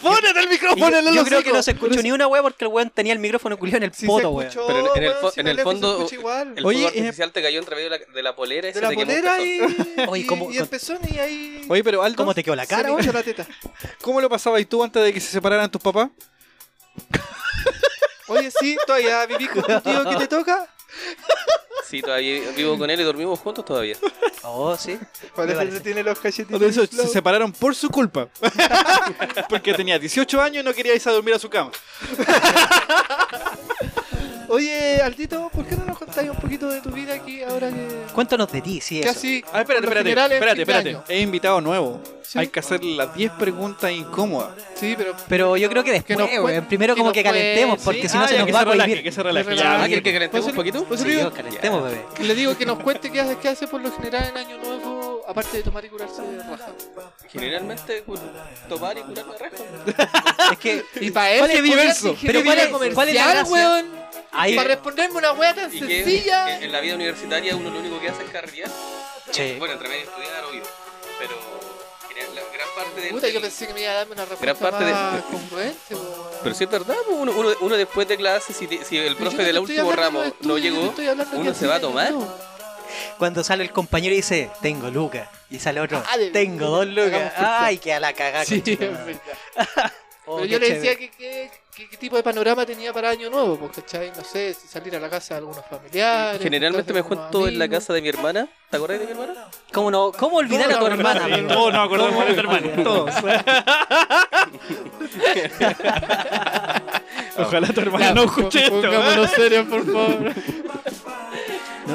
[SPEAKER 6] ¡Pónete el
[SPEAKER 4] Y
[SPEAKER 6] micrófono
[SPEAKER 4] Yo,
[SPEAKER 6] en el
[SPEAKER 4] yo creo
[SPEAKER 6] hocico!
[SPEAKER 4] que no se escuchó ni una wea porque el weón tenía el micrófono culiado en el
[SPEAKER 5] Sí,
[SPEAKER 4] poto,
[SPEAKER 5] se
[SPEAKER 4] weón.
[SPEAKER 5] escuchó,
[SPEAKER 7] Pero en el fo-
[SPEAKER 5] weón, si
[SPEAKER 7] en
[SPEAKER 5] me
[SPEAKER 7] el
[SPEAKER 5] alejo, se
[SPEAKER 7] fondo-
[SPEAKER 5] escucha igual.
[SPEAKER 7] El
[SPEAKER 6] Oye,
[SPEAKER 7] fuego
[SPEAKER 6] eh,
[SPEAKER 7] artificial te cayó a través de la, de la polera. y
[SPEAKER 5] de
[SPEAKER 7] se
[SPEAKER 5] la
[SPEAKER 7] te quemó un
[SPEAKER 5] polera
[SPEAKER 7] pezón.
[SPEAKER 5] y,
[SPEAKER 4] Oye,
[SPEAKER 5] y-
[SPEAKER 4] ¿cómo-
[SPEAKER 5] y el pezón y ahí
[SPEAKER 6] Oye, pero Aldo,
[SPEAKER 4] ¿Cómo te quedó la
[SPEAKER 5] se
[SPEAKER 4] cara,
[SPEAKER 5] me hinchó
[SPEAKER 4] weón?
[SPEAKER 5] la teta.
[SPEAKER 6] ¿cómo lo pasabas tú antes de que se separaran tus papás?
[SPEAKER 5] Oye, sí, todavía viví con tu tío que te toca.
[SPEAKER 7] Sí, todavía vivo con él y dormimos juntos todavía.
[SPEAKER 4] Oh, sí. Me
[SPEAKER 5] Parece que
[SPEAKER 4] parece.
[SPEAKER 5] tiene los cachetitos.
[SPEAKER 6] Por eso se
[SPEAKER 5] inflados.
[SPEAKER 6] separaron por su culpa. Porque tenía 18 años y no quería irse a dormir a su cama.
[SPEAKER 5] Oye, Aldito, ¿por qué no nos contáis un poquito de tu vida aquí ahora que
[SPEAKER 4] Cuéntanos de ti, sí, eso.
[SPEAKER 5] casi
[SPEAKER 6] Ah, espérate,
[SPEAKER 5] por lo
[SPEAKER 6] espérate,
[SPEAKER 5] general es
[SPEAKER 6] espérate,
[SPEAKER 5] fin de año?
[SPEAKER 6] espérate. He invitado nuevo.
[SPEAKER 5] Sí.
[SPEAKER 6] Hay que hacer las 10 preguntas incómodas.
[SPEAKER 5] Sí, pero
[SPEAKER 4] Pero yo creo que después,
[SPEAKER 5] nos cuen-
[SPEAKER 4] weón. Primero
[SPEAKER 5] que
[SPEAKER 4] como
[SPEAKER 5] nos
[SPEAKER 4] que
[SPEAKER 5] cuen-
[SPEAKER 4] calentemos
[SPEAKER 5] sí.
[SPEAKER 4] porque si
[SPEAKER 6] Ah,
[SPEAKER 4] no se
[SPEAKER 6] ya,
[SPEAKER 4] nos
[SPEAKER 6] que
[SPEAKER 4] va
[SPEAKER 6] se
[SPEAKER 4] a
[SPEAKER 6] relaje,
[SPEAKER 4] cohibir.
[SPEAKER 6] que se relaje.
[SPEAKER 5] relaje.
[SPEAKER 6] Ya,
[SPEAKER 7] Ah,
[SPEAKER 5] bien.
[SPEAKER 7] ¿quieres que calentemos un poquito?
[SPEAKER 5] Pues,
[SPEAKER 4] Sí,
[SPEAKER 5] le digo-
[SPEAKER 4] yo, calentemos, bebé.
[SPEAKER 5] que le digo que nos cuente qué hace, qué hace por lo general en Año Nuevo, aparte de tomar y curarse de raja.
[SPEAKER 7] Generalmente cu- tomar y curarme de rejo.
[SPEAKER 4] Es que
[SPEAKER 5] Y para él
[SPEAKER 6] Oye,
[SPEAKER 5] es
[SPEAKER 6] diverso.
[SPEAKER 5] Pero
[SPEAKER 4] Pero ¿cuál es- cuál es la gracia?
[SPEAKER 5] weón.
[SPEAKER 4] ahí.
[SPEAKER 5] Para responderme una wea tan
[SPEAKER 7] Y que
[SPEAKER 5] sencilla.
[SPEAKER 7] que en la vida universitaria uno lo único que hace es carretear.
[SPEAKER 4] Che.
[SPEAKER 7] Bueno, entre medio estudiar, obvio. Pero gran- la gran parte de...
[SPEAKER 5] Puta, yo pensé que me iba a darme una respuesta
[SPEAKER 7] parte de- este
[SPEAKER 5] más congruente, weón.
[SPEAKER 7] Pero sí es verdad, pues, uno, uno, uno después de clase, si, te- si
[SPEAKER 5] Pero
[SPEAKER 7] el
[SPEAKER 5] yo
[SPEAKER 7] profe del
[SPEAKER 5] te estoy
[SPEAKER 7] último
[SPEAKER 5] hablando
[SPEAKER 7] ramo
[SPEAKER 5] de
[SPEAKER 7] no
[SPEAKER 5] estudio, yo te
[SPEAKER 7] llegó,
[SPEAKER 5] estoy hablando
[SPEAKER 7] uno
[SPEAKER 5] que
[SPEAKER 7] se va a
[SPEAKER 5] hace
[SPEAKER 7] tomar.
[SPEAKER 5] Año Nuevo.
[SPEAKER 4] Cuando sale el compañero y dice, tengo lucas. Y sale otro,
[SPEAKER 5] Ah, de-
[SPEAKER 4] tengo dos lucas.
[SPEAKER 5] hagamos fiesta.
[SPEAKER 4] Ay, que a la
[SPEAKER 7] Ah,
[SPEAKER 4] cagada.
[SPEAKER 5] Sí, es
[SPEAKER 4] conchetumare.
[SPEAKER 5] verdad.
[SPEAKER 4] Oh,
[SPEAKER 5] Pero
[SPEAKER 4] qué
[SPEAKER 5] yo le
[SPEAKER 4] chévere.
[SPEAKER 5] decía que qué que, qué tipo de panorama tenía para Año Nuevo, pues, ¿cachai? No sé, si salir a la casa de algunos familiares.
[SPEAKER 7] Generalmente me
[SPEAKER 5] juntarse con unos
[SPEAKER 7] junto en la
[SPEAKER 5] amigos.
[SPEAKER 7] casa de mi hermana. ¿Te acuerdas de mi hermana?
[SPEAKER 4] ¿Cómo, no, ¿Cómo olvidar a tu hermana?
[SPEAKER 6] Sí,
[SPEAKER 4] po?
[SPEAKER 6] todos nos acordamos de tu hermana. Todos. Ojalá tu hermana no escuche esto.
[SPEAKER 5] Pongámonos serios, por favor.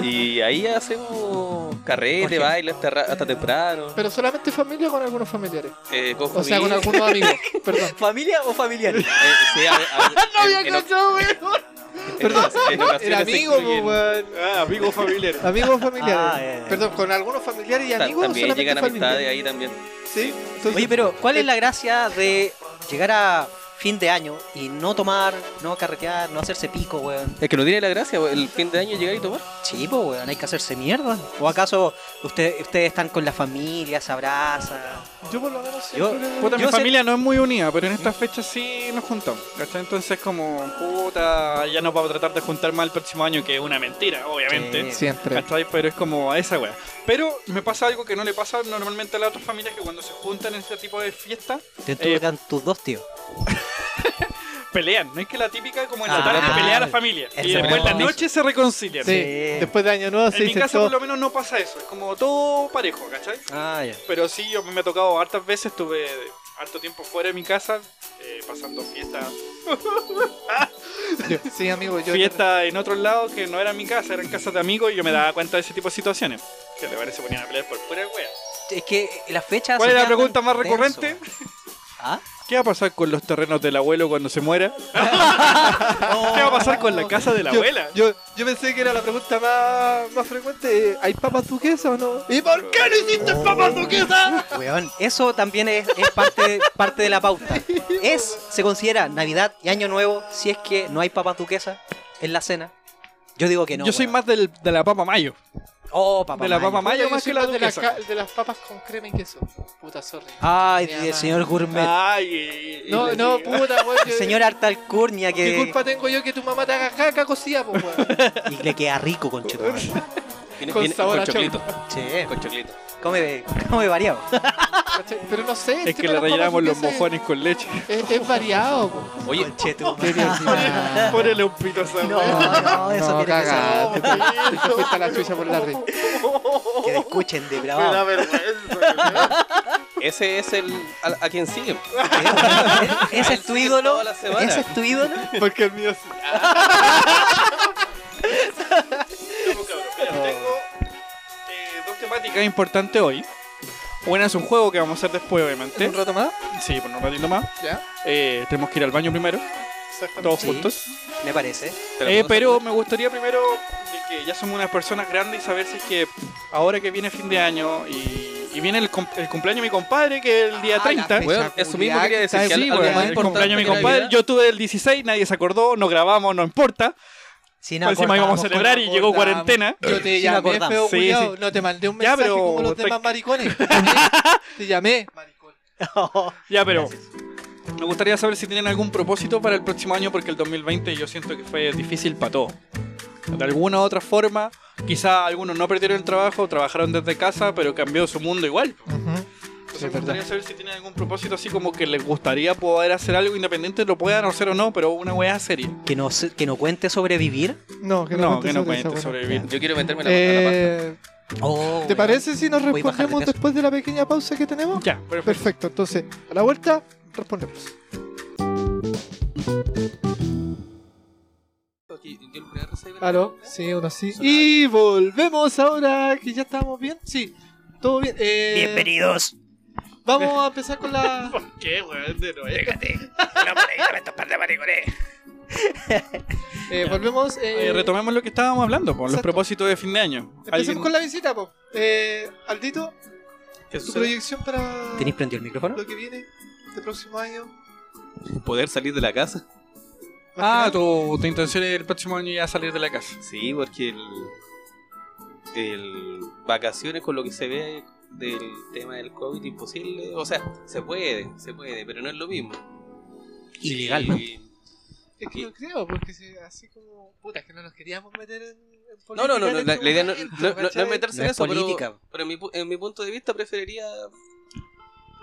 [SPEAKER 7] Y ahí hacemos carrete,
[SPEAKER 4] Oye.
[SPEAKER 7] baile hasta, ra- hasta temprano.
[SPEAKER 5] Pero solamente familia o con algunos familiares.
[SPEAKER 7] Eh, con
[SPEAKER 5] O sea, con
[SPEAKER 7] familia.
[SPEAKER 5] algunos amigos. Perdón.
[SPEAKER 4] ¿Familia o familiar?
[SPEAKER 7] Eh, sí, a- a-
[SPEAKER 5] No había
[SPEAKER 7] en- en-
[SPEAKER 5] cachado, weón.
[SPEAKER 7] en-
[SPEAKER 5] Perdón.
[SPEAKER 7] en ocasiones
[SPEAKER 5] Era
[SPEAKER 7] se
[SPEAKER 5] amigo, pues,
[SPEAKER 7] incluyen-
[SPEAKER 5] weón.
[SPEAKER 6] Ah, amigo familiar.
[SPEAKER 5] Amigos familiares.
[SPEAKER 4] Ah, ya, ya.
[SPEAKER 5] Perdón, con algunos familiares y
[SPEAKER 7] Ta-
[SPEAKER 5] amigos. o
[SPEAKER 7] también
[SPEAKER 5] solamente
[SPEAKER 7] llegan
[SPEAKER 5] familia?
[SPEAKER 7] amistades ahí también.
[SPEAKER 5] Sí. entonces-
[SPEAKER 4] Oye, pero ¿cuál es la gracia de llegar a fin de año y no tomar, no carretear, no hacerse pico, weón?
[SPEAKER 7] Es que no tiene la gracia po, el fin de año llegar y tomar.
[SPEAKER 4] Sí, po, weón, hay que hacerse mierda. ¿O acaso usted- ustedes están con la familia, se abrazan?
[SPEAKER 5] Yo por lo menos
[SPEAKER 4] Yo-
[SPEAKER 5] siempre-
[SPEAKER 6] Puta, mi
[SPEAKER 4] Yo sé-
[SPEAKER 6] familia no es muy unida, pero en estas fechas sí nos juntamos. ¿cachai? Entonces, como, puta, ya nos vamos a tratar de juntar más el próximo año, que es una mentira, obviamente.
[SPEAKER 4] Sí.
[SPEAKER 5] Siempre.
[SPEAKER 6] ¿Cachai? Pero es como a esa wea. Pero me pasa algo que no le pasa normalmente a las otras familias, que cuando se juntan en este tipo de fiestas,
[SPEAKER 4] Te
[SPEAKER 6] Eh,
[SPEAKER 4] tocan tus dos tíos.
[SPEAKER 6] pelean. No es que la típica como en la
[SPEAKER 4] Ah,
[SPEAKER 6] tarde pelea la familia.
[SPEAKER 4] el
[SPEAKER 6] Y después en la
[SPEAKER 4] segundo.
[SPEAKER 6] noche se reconcilian.
[SPEAKER 5] Sí.
[SPEAKER 4] Sí.
[SPEAKER 5] Después de Año Nuevo se
[SPEAKER 6] En mi
[SPEAKER 5] dice
[SPEAKER 6] casa
[SPEAKER 5] todo.
[SPEAKER 6] por lo menos no pasa eso, es como todo parejo, ¿cachai?
[SPEAKER 4] Ah, ya.
[SPEAKER 6] Pero sí, yo me ha tocado hartas veces, estuve harto tiempo fuera de mi casa, eh, pasando fiestas
[SPEAKER 5] Yo- Sí, amigo, yo.
[SPEAKER 6] fiesta en otros lados que no eran mi casa, eran casas de amigos y yo me daba cuenta de ese tipo de situaciones. Que te parece ponían a pelear por pura wea.
[SPEAKER 4] Es que las fechas.
[SPEAKER 6] ¿Cuál
[SPEAKER 4] se
[SPEAKER 6] es la
[SPEAKER 4] quedan
[SPEAKER 6] pregunta más
[SPEAKER 4] tenso.
[SPEAKER 6] recurrente?
[SPEAKER 4] ¿Ah?
[SPEAKER 6] ¿Qué va a pasar con los terrenos del abuelo cuando se muera? ¿Qué va a pasar con la casa de la
[SPEAKER 5] yo,
[SPEAKER 6] abuela?
[SPEAKER 5] yo, yo pensé que era la pregunta más, más frecuente. eh, ¿Hay papas duquesas o no? ¿Y por qué no hiciste papas duquesas?
[SPEAKER 4] Weón, eso también es, es parte, parte de la pauta. Es, se considera Navidad y Año Nuevo si es que no hay papas duquesas en la cena. Yo digo que no.
[SPEAKER 6] yo soy
[SPEAKER 4] weón.
[SPEAKER 6] más del- de la papa mayo.
[SPEAKER 4] Oh, papa
[SPEAKER 6] de la
[SPEAKER 4] mayo.
[SPEAKER 6] papa mayo
[SPEAKER 5] Yo
[SPEAKER 6] más
[SPEAKER 5] soy
[SPEAKER 6] que la
[SPEAKER 5] más de, las
[SPEAKER 6] duquesa.
[SPEAKER 5] ca- de las papas con crema y queso. Puta, sorry.
[SPEAKER 4] Ay,
[SPEAKER 5] Mi
[SPEAKER 4] del
[SPEAKER 5] mamá.
[SPEAKER 4] señor Gourmet.
[SPEAKER 6] Ay, y-
[SPEAKER 5] No,
[SPEAKER 6] y-
[SPEAKER 5] no, puta, weón. yo-
[SPEAKER 4] Señora harta alcurnia que.
[SPEAKER 5] ¿Qué culpa tengo yo que tu mamá te haga caca cocida, po, weón?
[SPEAKER 4] Y le queda rico con chocolate.
[SPEAKER 7] Viene-
[SPEAKER 5] Con
[SPEAKER 7] viene
[SPEAKER 5] sabor a
[SPEAKER 7] choclito.
[SPEAKER 4] Che,
[SPEAKER 7] Con choclito.
[SPEAKER 4] come, de- come variado.
[SPEAKER 5] ¿Cachai? Pero no sé. el
[SPEAKER 6] Es que
[SPEAKER 5] tema de
[SPEAKER 6] le
[SPEAKER 5] las papas
[SPEAKER 6] rellenamos los
[SPEAKER 5] duquesas es-
[SPEAKER 6] mojones con leche.
[SPEAKER 5] Es, es variado, po.
[SPEAKER 7] Oye,
[SPEAKER 4] Conchetumare.
[SPEAKER 6] Ponele un pito a esa
[SPEAKER 4] No,
[SPEAKER 6] wea.
[SPEAKER 4] no, eso
[SPEAKER 5] no,
[SPEAKER 4] tiene que ser.
[SPEAKER 5] cagate, te- te fuiste a la chucha por la red.
[SPEAKER 4] Que te escuchen de
[SPEAKER 6] Me da
[SPEAKER 4] bravo.
[SPEAKER 6] vergüenza.
[SPEAKER 7] ese es el. a, a quien sigue.
[SPEAKER 4] Ese es tu ídolo.
[SPEAKER 7] Toda la semana.
[SPEAKER 4] Ese es tu ídolo.
[SPEAKER 5] Porque el mío sí.
[SPEAKER 6] Tengo eh, dos temáticas importantes hoy. Una es un juego que vamos a hacer después, obviamente.
[SPEAKER 4] ¿Un rato más?
[SPEAKER 6] Sí, por un ratito más.
[SPEAKER 5] ¿Ya?
[SPEAKER 6] Eh, tenemos que ir al baño primero, todos
[SPEAKER 4] Sí.
[SPEAKER 6] juntos.
[SPEAKER 4] Me parece.
[SPEAKER 6] Eh, pero me gustaría primero, de que ya somos unas personas grandes, y saber si es que ahora que viene fin de año y, y viene el, cum- el cumpleaños de mi compadre, que es el día
[SPEAKER 5] Ah,
[SPEAKER 6] 30.
[SPEAKER 5] la fe-
[SPEAKER 7] Weón, eso mismo quería decir.
[SPEAKER 5] Sí,
[SPEAKER 7] que al-
[SPEAKER 6] Sí,
[SPEAKER 7] algo
[SPEAKER 6] weón,
[SPEAKER 7] más
[SPEAKER 6] el
[SPEAKER 7] importante
[SPEAKER 6] cumpleaños de mi
[SPEAKER 7] que
[SPEAKER 6] compadre.
[SPEAKER 7] Navidad.
[SPEAKER 6] Yo tuve el 16, nadie se acordó, no grabamos, no importa.
[SPEAKER 4] Si
[SPEAKER 6] Por Pues encima íbamos a
[SPEAKER 4] acordamos,
[SPEAKER 6] celebrar y llegó
[SPEAKER 5] acordamos.
[SPEAKER 6] cuarentena.
[SPEAKER 5] Yo te
[SPEAKER 4] Sí,
[SPEAKER 5] llamé,
[SPEAKER 4] me acordamos.
[SPEAKER 5] feo
[SPEAKER 6] Sí,
[SPEAKER 5] culiao,
[SPEAKER 6] sí.
[SPEAKER 5] No te mandé un
[SPEAKER 6] Ya,
[SPEAKER 5] mensaje
[SPEAKER 6] pero
[SPEAKER 5] como los
[SPEAKER 6] estoy-
[SPEAKER 5] demás maricones. te llamé. maricón.
[SPEAKER 6] Ya, pero me gustaría saber si tienen algún propósito para el próximo año, porque el 2020 yo siento que fue difícil para todos. De alguna u otra forma, quizá algunos no perdieron el trabajo, trabajaron desde casa, pero cambió su mundo igual. Entonces
[SPEAKER 5] Sí,
[SPEAKER 6] me
[SPEAKER 5] es
[SPEAKER 6] gustaría
[SPEAKER 5] verdad.
[SPEAKER 6] saber si tienen algún propósito así como que les gustaría poder hacer algo independiente, lo puedan hacer o no, pero una weá seria.
[SPEAKER 4] Que no, se- que no cuente sobrevivir.
[SPEAKER 5] No, que no,
[SPEAKER 6] No, que no cuente
[SPEAKER 5] sobre
[SPEAKER 6] sobrevivir.
[SPEAKER 7] Yo quiero meterme la mano en la pasta.
[SPEAKER 5] Eh,
[SPEAKER 4] Oh,
[SPEAKER 5] ¿Te
[SPEAKER 4] weón.
[SPEAKER 5] parece si nos
[SPEAKER 4] Voy a bajar de
[SPEAKER 5] respondemos
[SPEAKER 4] peso.
[SPEAKER 5] después de la pequeña pausa que tenemos?
[SPEAKER 6] Ya, perfecto.
[SPEAKER 5] Perfecto, entonces, a la vuelta, respondemos. Aló, sí, uno sí. Y volvemos ahora que ya estamos bien. Sí, todo bien. Eh,
[SPEAKER 4] Bienvenidos.
[SPEAKER 5] Vamos a empezar con la.
[SPEAKER 6] ¿Por qué, weón? De nuevo.
[SPEAKER 5] eh,
[SPEAKER 6] Ya.
[SPEAKER 5] volvemos. Eh,
[SPEAKER 6] Eh, retomemos lo que estábamos hablando, por los
[SPEAKER 5] Exacto.
[SPEAKER 6] propósitos de fin de año.
[SPEAKER 5] Empecemos
[SPEAKER 6] ¿Alguien-
[SPEAKER 5] con la visita, po. Eh, Aldito,
[SPEAKER 7] ¿Qué
[SPEAKER 5] tu
[SPEAKER 7] sucede?
[SPEAKER 5] proyección para
[SPEAKER 4] ¿Tenéis prendido el micrófono?
[SPEAKER 5] lo que viene este próximo año.
[SPEAKER 7] ¿Poder salir de la casa?
[SPEAKER 6] Ah, tu, tu intención es el próximo año ya salir de la casa.
[SPEAKER 7] Sí, porque el, el vacaciones con lo que se ve del tema del COVID imposible, o sea, se puede, se puede, pero no es lo mismo.
[SPEAKER 4] Ilegal,
[SPEAKER 7] Y-
[SPEAKER 5] Es que no creo, porque si- así como. Puta, que no nos queríamos meter en, en política.
[SPEAKER 7] No, no, no,
[SPEAKER 5] en
[SPEAKER 7] no,
[SPEAKER 5] este
[SPEAKER 7] la, la idea no,
[SPEAKER 5] momento,
[SPEAKER 7] no- no- no es
[SPEAKER 5] ¿cachai?
[SPEAKER 7] meterse
[SPEAKER 2] No
[SPEAKER 7] en
[SPEAKER 2] es
[SPEAKER 7] eso, pero-
[SPEAKER 2] política.
[SPEAKER 7] pero, en, mi, pu- en mi punto de vista preferiría...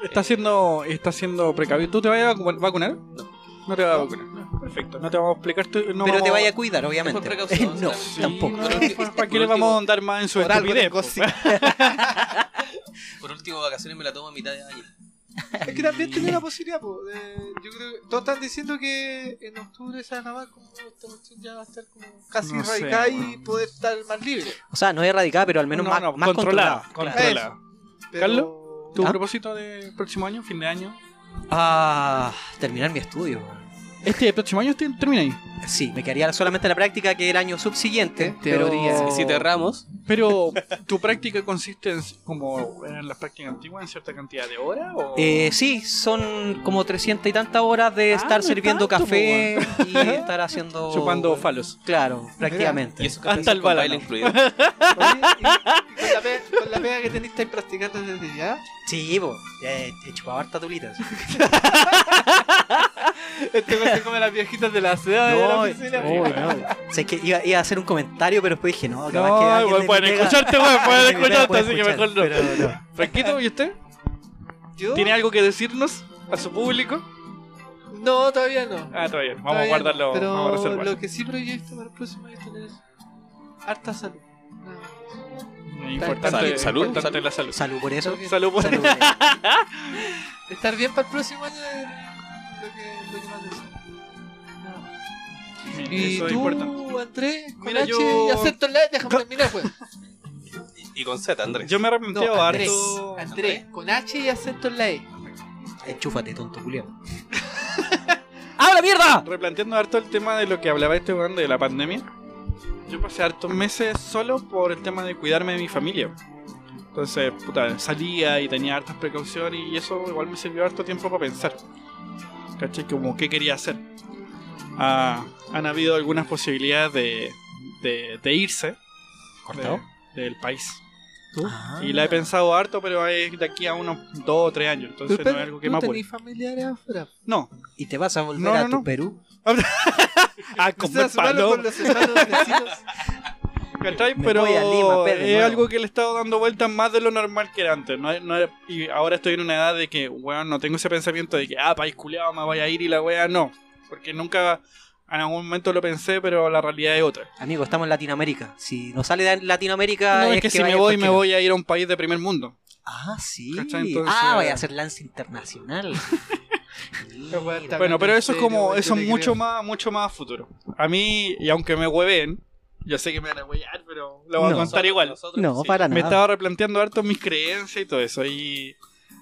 [SPEAKER 6] Está siendo, está siendo precavido. ¿Tú te vas a vacu- vacunar? No te vas a vacunar. Perfecto, no te vamos a explicar. te- no
[SPEAKER 4] Pero
[SPEAKER 6] vamos
[SPEAKER 4] te
[SPEAKER 6] a-
[SPEAKER 4] vaya a cuidar,
[SPEAKER 7] Por
[SPEAKER 4] obviamente.
[SPEAKER 7] precaución,
[SPEAKER 4] no,
[SPEAKER 7] sí.
[SPEAKER 4] tampoco.
[SPEAKER 7] Por ulti- por
[SPEAKER 6] ¿Para qué le
[SPEAKER 7] último-
[SPEAKER 6] vamos a andar más en su
[SPEAKER 5] Por algo
[SPEAKER 6] estupidez?
[SPEAKER 5] tengo
[SPEAKER 6] po?
[SPEAKER 5] cinco.
[SPEAKER 7] Por último, vacaciones me la tomo a mitad de año.
[SPEAKER 5] Es que también tiene la posibilidad, po. Eh, yo creo que todos están diciendo que en octubre se va a acabar como esta cuestión ya va a estar como casi
[SPEAKER 6] No sé,
[SPEAKER 5] radicada y
[SPEAKER 6] weón.
[SPEAKER 5] poder estar más libre.
[SPEAKER 4] O sea, no erradicada, pero al menos
[SPEAKER 6] No,
[SPEAKER 4] más,
[SPEAKER 6] no,
[SPEAKER 4] más controlada.
[SPEAKER 6] controlada.
[SPEAKER 4] claro.
[SPEAKER 6] controlada.
[SPEAKER 5] Pero...
[SPEAKER 6] Carlos, ¿Tu
[SPEAKER 4] ¿Ah?
[SPEAKER 6] propósito de próximo año, fin de año?
[SPEAKER 4] Ah, terminar mi estudio.
[SPEAKER 6] Este próximo año este- termina ahí.
[SPEAKER 4] Sí, me quedaría solamente la práctica que el año subsiguiente.
[SPEAKER 5] En teoría.
[SPEAKER 4] pero-
[SPEAKER 7] Y si te erramos,
[SPEAKER 6] Pero, ¿tu práctica consiste en, como eran las prácticas antiguas, en cierta cantidad de horas? O...
[SPEAKER 4] Eh, sí, son como 300 y tantas horas de
[SPEAKER 6] Ah,
[SPEAKER 4] estar
[SPEAKER 6] no es
[SPEAKER 4] sirviendo
[SPEAKER 6] tanto,
[SPEAKER 4] café y estar haciendo.
[SPEAKER 6] Chupando falos.
[SPEAKER 4] Claro, prácticamente.
[SPEAKER 7] y eso que
[SPEAKER 6] Hasta
[SPEAKER 7] pensé
[SPEAKER 6] el
[SPEAKER 7] con
[SPEAKER 6] balano.
[SPEAKER 7] baile incluido.
[SPEAKER 5] Oye, y- y con, la pega, con la pega que tenés, estáis practicando desde ya.
[SPEAKER 4] Sí, po, ya he, he chupado harta tulita. sí.
[SPEAKER 5] Este me hace como las viejitas de la ciudad de la
[SPEAKER 4] No,
[SPEAKER 5] oficina.
[SPEAKER 4] no, no. O sea, es que iba, iba a hacer un comentario, pero después dije, no, capaz que. alguien de mi
[SPEAKER 6] weón, pueden
[SPEAKER 4] pega-
[SPEAKER 6] escucharte, weón,
[SPEAKER 4] alguien de
[SPEAKER 6] pueden
[SPEAKER 4] mi pega
[SPEAKER 6] escucharte,
[SPEAKER 4] puede
[SPEAKER 6] así que
[SPEAKER 4] escuchar,
[SPEAKER 6] mejor no.
[SPEAKER 4] pero no.
[SPEAKER 6] Franquito, ¿y usted?
[SPEAKER 5] Yo
[SPEAKER 6] ¿Tiene algo que decirnos a su público?
[SPEAKER 5] no, todavía no.
[SPEAKER 6] Ah, está bien, vamos a
[SPEAKER 5] Todavía
[SPEAKER 6] guardarlo,
[SPEAKER 5] no, Pero
[SPEAKER 6] vamos a reservarlo.
[SPEAKER 5] lo que sí proyecto para el próximo año es tener harta salud. Nada más.
[SPEAKER 6] Importante,
[SPEAKER 7] Salud, salud,
[SPEAKER 6] importante la salud.
[SPEAKER 4] Salud por eso.
[SPEAKER 6] Salud, pues. por-
[SPEAKER 4] Salud por eso.
[SPEAKER 5] Estar bien para el próximo año es lo que, lo que más deseo. Nada más. Y
[SPEAKER 6] Eso es importante.
[SPEAKER 5] tú, Andrés, con
[SPEAKER 6] Mira,
[SPEAKER 5] H
[SPEAKER 6] yo-
[SPEAKER 5] y acento la déjame terminar, pues.
[SPEAKER 7] Y con Z, Andrés.
[SPEAKER 6] Yo me he
[SPEAKER 5] No,
[SPEAKER 6] arrepentido
[SPEAKER 5] Andrés,
[SPEAKER 6] harto.
[SPEAKER 5] Andrés, con H y acento en la E.
[SPEAKER 4] Enchúfate, Eh, tonto culiao. ¡Habla mierda!
[SPEAKER 6] Replanteando harto el tema de lo que hablaba este weón de la pandemia. Yo pasé hartos meses solo por el tema de cuidarme de mi familia. Entonces, puta, salía y tenía hartas precauciones y eso igual me sirvió harto tiempo para pensar. ¿Cachai? Como qué quería hacer. Ah, han habido algunas posibilidades de, de, de irse
[SPEAKER 4] ¿Cortado?
[SPEAKER 6] de- del país.
[SPEAKER 4] Ah.
[SPEAKER 6] Y la he pensado harto, pero es de aquí a unos dos o tres años. Entonces no es algo que me
[SPEAKER 5] ¿Tú
[SPEAKER 6] apure.
[SPEAKER 5] tenés familiares afuera?
[SPEAKER 6] No.
[SPEAKER 4] Ah, ¿Y te vas a volver
[SPEAKER 6] No, no,
[SPEAKER 4] a tu
[SPEAKER 6] no.
[SPEAKER 4] Perú?
[SPEAKER 6] A
[SPEAKER 5] Estás hablando con los hermanos vecinos.
[SPEAKER 6] ¿Cachai?
[SPEAKER 4] Me
[SPEAKER 6] Pero
[SPEAKER 4] voy a Lima, Pedro,
[SPEAKER 6] es
[SPEAKER 4] nuevo.
[SPEAKER 6] algo que le he estado dando vueltas más de lo normal que era antes. No, no era- y ahora estoy en una edad de que, weón, no tengo ese pensamiento de que, ah, país culeado, me voy a ir y la wea no. Porque nunca, en algún momento lo pensé, pero la realidad es otra.
[SPEAKER 4] Amigo, estamos en Latinoamérica. Si no sale de Latinoamérica.
[SPEAKER 6] No, es que si me
[SPEAKER 4] Ah, vaya
[SPEAKER 6] voy,
[SPEAKER 4] por
[SPEAKER 6] me
[SPEAKER 4] Chile.
[SPEAKER 6] voy a ir a un país de primer mundo.
[SPEAKER 4] Ah, sí.
[SPEAKER 6] ¿Cachai? Entonces- eh.
[SPEAKER 4] ah, vaya a ser lance internacional.
[SPEAKER 5] Esta weá está
[SPEAKER 6] Bueno,
[SPEAKER 5] hablando
[SPEAKER 6] pero
[SPEAKER 5] en
[SPEAKER 6] eso es
[SPEAKER 5] serio,
[SPEAKER 6] como,
[SPEAKER 5] weón,
[SPEAKER 6] eso
[SPEAKER 5] yo
[SPEAKER 6] es
[SPEAKER 5] te
[SPEAKER 6] mucho
[SPEAKER 5] creo.
[SPEAKER 6] más, mucho más a futuro. A mí, y aunque me hueven, yo sé que me van a huevear, pero lo voy
[SPEAKER 4] No.
[SPEAKER 6] a contar igual.
[SPEAKER 4] no,
[SPEAKER 7] sí.
[SPEAKER 4] para
[SPEAKER 6] Me
[SPEAKER 4] nada.
[SPEAKER 6] estaba replanteando harto mis creencias y todo eso. Y,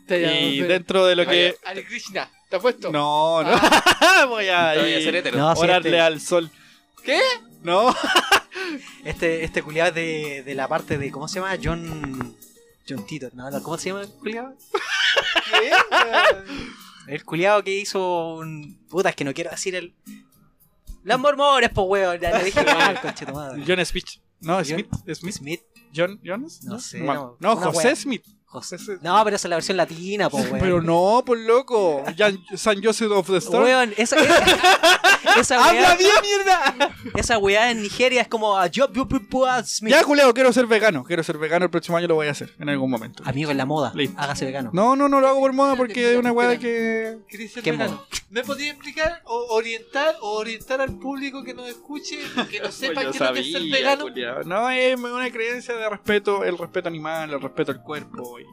[SPEAKER 5] Te
[SPEAKER 6] y
[SPEAKER 5] llamo, pero-
[SPEAKER 6] dentro de lo que.
[SPEAKER 5] Hare Krishna, ¿te apuesto?
[SPEAKER 6] No, no. Ah, voy a,
[SPEAKER 7] Voy a
[SPEAKER 6] ir-
[SPEAKER 7] ser hetero.
[SPEAKER 4] No, sí,
[SPEAKER 6] orarle
[SPEAKER 4] este,
[SPEAKER 6] al sol.
[SPEAKER 5] ¿Qué?
[SPEAKER 6] No.
[SPEAKER 4] este, este culiao es de, de la parte de. ¿Cómo se llama? John. John Tito. No, no, ¿Cómo se llama el culiado?
[SPEAKER 5] ¿Qué? weón?
[SPEAKER 4] El culiado que hizo un. Puta, es que no quiero decir el. Los mormones, po, weón. Ya lo dije "Ah, mal, conchetumadre.
[SPEAKER 6] John Smith. No,
[SPEAKER 4] John-
[SPEAKER 6] Smith. Smith.
[SPEAKER 4] Smith,
[SPEAKER 6] John Jones.
[SPEAKER 4] No sé,
[SPEAKER 6] ma-
[SPEAKER 4] no,
[SPEAKER 6] No,
[SPEAKER 4] una
[SPEAKER 6] José
[SPEAKER 4] wea.
[SPEAKER 6] Smith.
[SPEAKER 4] José.
[SPEAKER 6] Ese-
[SPEAKER 4] No, pero esa es la versión latina, po, weón.
[SPEAKER 6] Pero no, por loco. Jan- San Joseph of the Storm.
[SPEAKER 4] Weón, esa, esa, esa
[SPEAKER 6] ¡Habla
[SPEAKER 4] weá,
[SPEAKER 6] bien, mierda!
[SPEAKER 4] esa weá en Nigeria es como a yo, yo, ah, yo, yo, Smith.
[SPEAKER 6] Ya, culeo, quiero ser vegano. Quiero ser vegano el próximo año, lo voy a hacer en algún momento.
[SPEAKER 4] Amigo, en la moda,
[SPEAKER 6] Listo.
[SPEAKER 4] hágase vegano.
[SPEAKER 6] No, no, no lo hago por moda porque es una weá que.
[SPEAKER 5] ¿Querés ser
[SPEAKER 4] Qué
[SPEAKER 5] vegano?
[SPEAKER 4] mono.
[SPEAKER 5] ¿Me podías explicar o orientar o orientar al público que nos escuche, que no sepa
[SPEAKER 6] Pues yo
[SPEAKER 5] qué es lo que es ser
[SPEAKER 6] sabía,
[SPEAKER 5] vegano?
[SPEAKER 6] culiao. No, es una creencia de respeto, el respeto animal, el respeto al cuerpo. Y,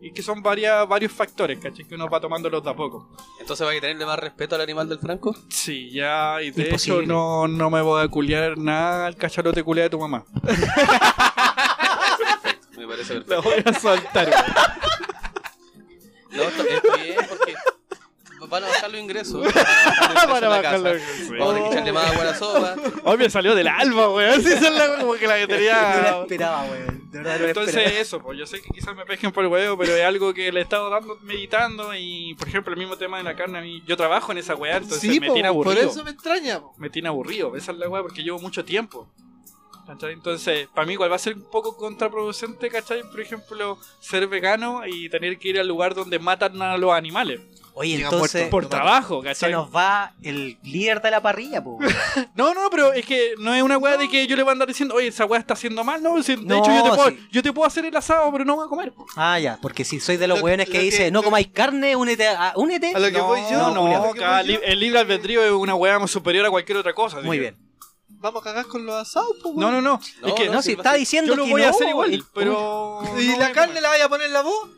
[SPEAKER 6] y que son varias, varios factores, ¿cachai? Que uno va tomándolos de a poco.
[SPEAKER 7] Entonces va a tenerle más respeto al animal del Franco.
[SPEAKER 6] Sí, ya, y de
[SPEAKER 4] Imposible.
[SPEAKER 6] hecho no, no me voy a culiar nada al cacharote culiado de tu mamá.
[SPEAKER 7] Me parece perfecto.
[SPEAKER 6] Lo voy a soltar. weón.
[SPEAKER 7] No, está está bien, porque van a bajar los ingresos. Van a
[SPEAKER 6] Van
[SPEAKER 7] bajar los ingresos
[SPEAKER 6] a
[SPEAKER 7] en la
[SPEAKER 6] bajar
[SPEAKER 7] casa.
[SPEAKER 6] los ingresos.
[SPEAKER 7] Vamos a tener que echarle más agua a la sopa.
[SPEAKER 6] Hoy Oh, me salió del alma, weón. Así son la- como que la
[SPEAKER 4] No la
[SPEAKER 6] batería.
[SPEAKER 4] esperaba, weón. De verdad no la
[SPEAKER 6] Entonces
[SPEAKER 4] esperaba.
[SPEAKER 6] eso, pues yo sé que quizás me pesquen por el huevo, pero es algo que le he estado dando, meditando y por ejemplo el mismo tema de la carne, a mí, yo trabajo en esa weá, entonces
[SPEAKER 5] Sí,
[SPEAKER 6] me
[SPEAKER 5] po,
[SPEAKER 6] tiene
[SPEAKER 5] por
[SPEAKER 6] aburrido.
[SPEAKER 5] eso me extraña. po.
[SPEAKER 6] Me tiene aburrido, esa es la weá, porque llevo mucho tiempo. ¿Cachai? Entonces, para mí igual va a ser un poco contraproducente, ¿cachai? Por ejemplo, ser vegano y tener que ir al lugar donde matan a los animales.
[SPEAKER 4] Oye,
[SPEAKER 5] Llega
[SPEAKER 4] entonces
[SPEAKER 5] muerto.
[SPEAKER 6] Por trabajo,
[SPEAKER 4] se
[SPEAKER 6] ¿cachai?
[SPEAKER 4] nos va el líder de la parrilla, po. weón.
[SPEAKER 6] No, no, pero es que no es una weá de que yo le voy a andar diciendo, oye, esa weá está haciendo mal, no, si- de
[SPEAKER 4] No,
[SPEAKER 6] hecho yo te, puedo,
[SPEAKER 4] sí.
[SPEAKER 6] yo te puedo hacer el asado, pero no voy a comer.
[SPEAKER 4] Ah, ya, porque si soy de los
[SPEAKER 5] Lo-
[SPEAKER 4] weones que
[SPEAKER 5] lo que-
[SPEAKER 4] dice, no
[SPEAKER 5] lo-
[SPEAKER 4] comáis carne, únete a, únete.
[SPEAKER 5] A lo que
[SPEAKER 6] no,
[SPEAKER 5] voy yo,
[SPEAKER 6] no,
[SPEAKER 5] a lo que
[SPEAKER 6] cada
[SPEAKER 5] voy yo,
[SPEAKER 6] li- el libre albedrío es una weá superior a cualquier otra cosa.
[SPEAKER 4] Muy
[SPEAKER 6] diría.
[SPEAKER 4] bien.
[SPEAKER 5] vamos a cagar con los asados, pues,
[SPEAKER 6] No, no, no.
[SPEAKER 7] No,
[SPEAKER 6] es que
[SPEAKER 7] no,
[SPEAKER 4] No,
[SPEAKER 7] sí,
[SPEAKER 4] si
[SPEAKER 7] va
[SPEAKER 4] está
[SPEAKER 7] a ser-
[SPEAKER 4] diciendo
[SPEAKER 6] yo lo
[SPEAKER 4] que
[SPEAKER 6] voy a
[SPEAKER 4] no,
[SPEAKER 6] hacer igual,
[SPEAKER 4] y-
[SPEAKER 6] pero.
[SPEAKER 5] ¿Y
[SPEAKER 6] no voy
[SPEAKER 5] la
[SPEAKER 6] a
[SPEAKER 5] carne
[SPEAKER 6] comer.
[SPEAKER 5] la vaya a poner en la voz?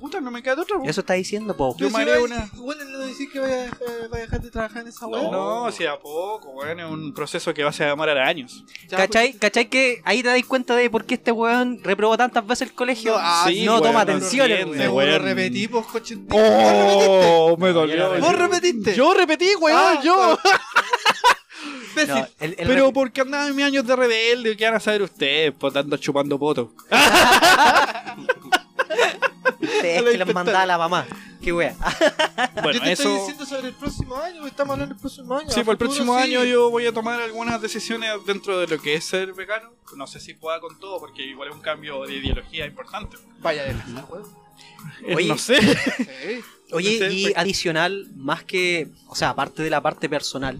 [SPEAKER 6] Puta, no me queda de otra, po.
[SPEAKER 4] Eso está diciendo, po.
[SPEAKER 6] Yo
[SPEAKER 5] Pero
[SPEAKER 6] me
[SPEAKER 5] si
[SPEAKER 6] haré
[SPEAKER 5] va-
[SPEAKER 6] una-
[SPEAKER 5] Bueno, no decís que vaya, eh, vaya a dejar de trabajar en esa weá.
[SPEAKER 6] No, si a poco, weón, es un proceso que va a demorar años.
[SPEAKER 5] Ya, pues,
[SPEAKER 4] ¿Cachai? ¿Cachai que ahí te dais cuenta de por qué este weón reprobó tantas veces el colegio?
[SPEAKER 5] No, ah,
[SPEAKER 6] sí,
[SPEAKER 4] no
[SPEAKER 6] weón,
[SPEAKER 4] toma
[SPEAKER 6] no lo
[SPEAKER 4] atenciones,
[SPEAKER 6] entiende,
[SPEAKER 4] weón.
[SPEAKER 5] Seguro
[SPEAKER 6] weón.
[SPEAKER 5] repetí, pues, coche.
[SPEAKER 6] ¡Oh! Me dolió.
[SPEAKER 5] ¿Vos repetiste?
[SPEAKER 6] Yo repetí, weón,
[SPEAKER 5] Ah,
[SPEAKER 6] yo.
[SPEAKER 5] Imbécil.
[SPEAKER 4] No, el- el
[SPEAKER 6] Pero
[SPEAKER 4] rep-
[SPEAKER 6] porque andaba en mis años de rebelde, ¿qué van a saber ustedes? Por tanto chupando poto.
[SPEAKER 4] es
[SPEAKER 5] lo
[SPEAKER 4] que los mandaba la mamá. Qué wea. Ah,
[SPEAKER 6] Bueno,
[SPEAKER 5] yo te estoy
[SPEAKER 6] eso.
[SPEAKER 5] diciendo sobre el próximo año, porque estamos hablando del próximo año.
[SPEAKER 6] Sí,
[SPEAKER 5] a
[SPEAKER 6] para el
[SPEAKER 5] futuro,
[SPEAKER 6] próximo
[SPEAKER 5] sí.
[SPEAKER 6] año yo voy a tomar algunas decisiones dentro de lo que es ser vegano. No sé si pueda con todo, porque igual es un cambio de ideología importante.
[SPEAKER 5] Vaya de la weón.
[SPEAKER 6] Eh,
[SPEAKER 4] Oye.
[SPEAKER 6] no sé.
[SPEAKER 5] Sí.
[SPEAKER 4] Oye,
[SPEAKER 6] Entonces,
[SPEAKER 4] y
[SPEAKER 6] pues-
[SPEAKER 4] adicional, más que, o sea, aparte de la parte personal,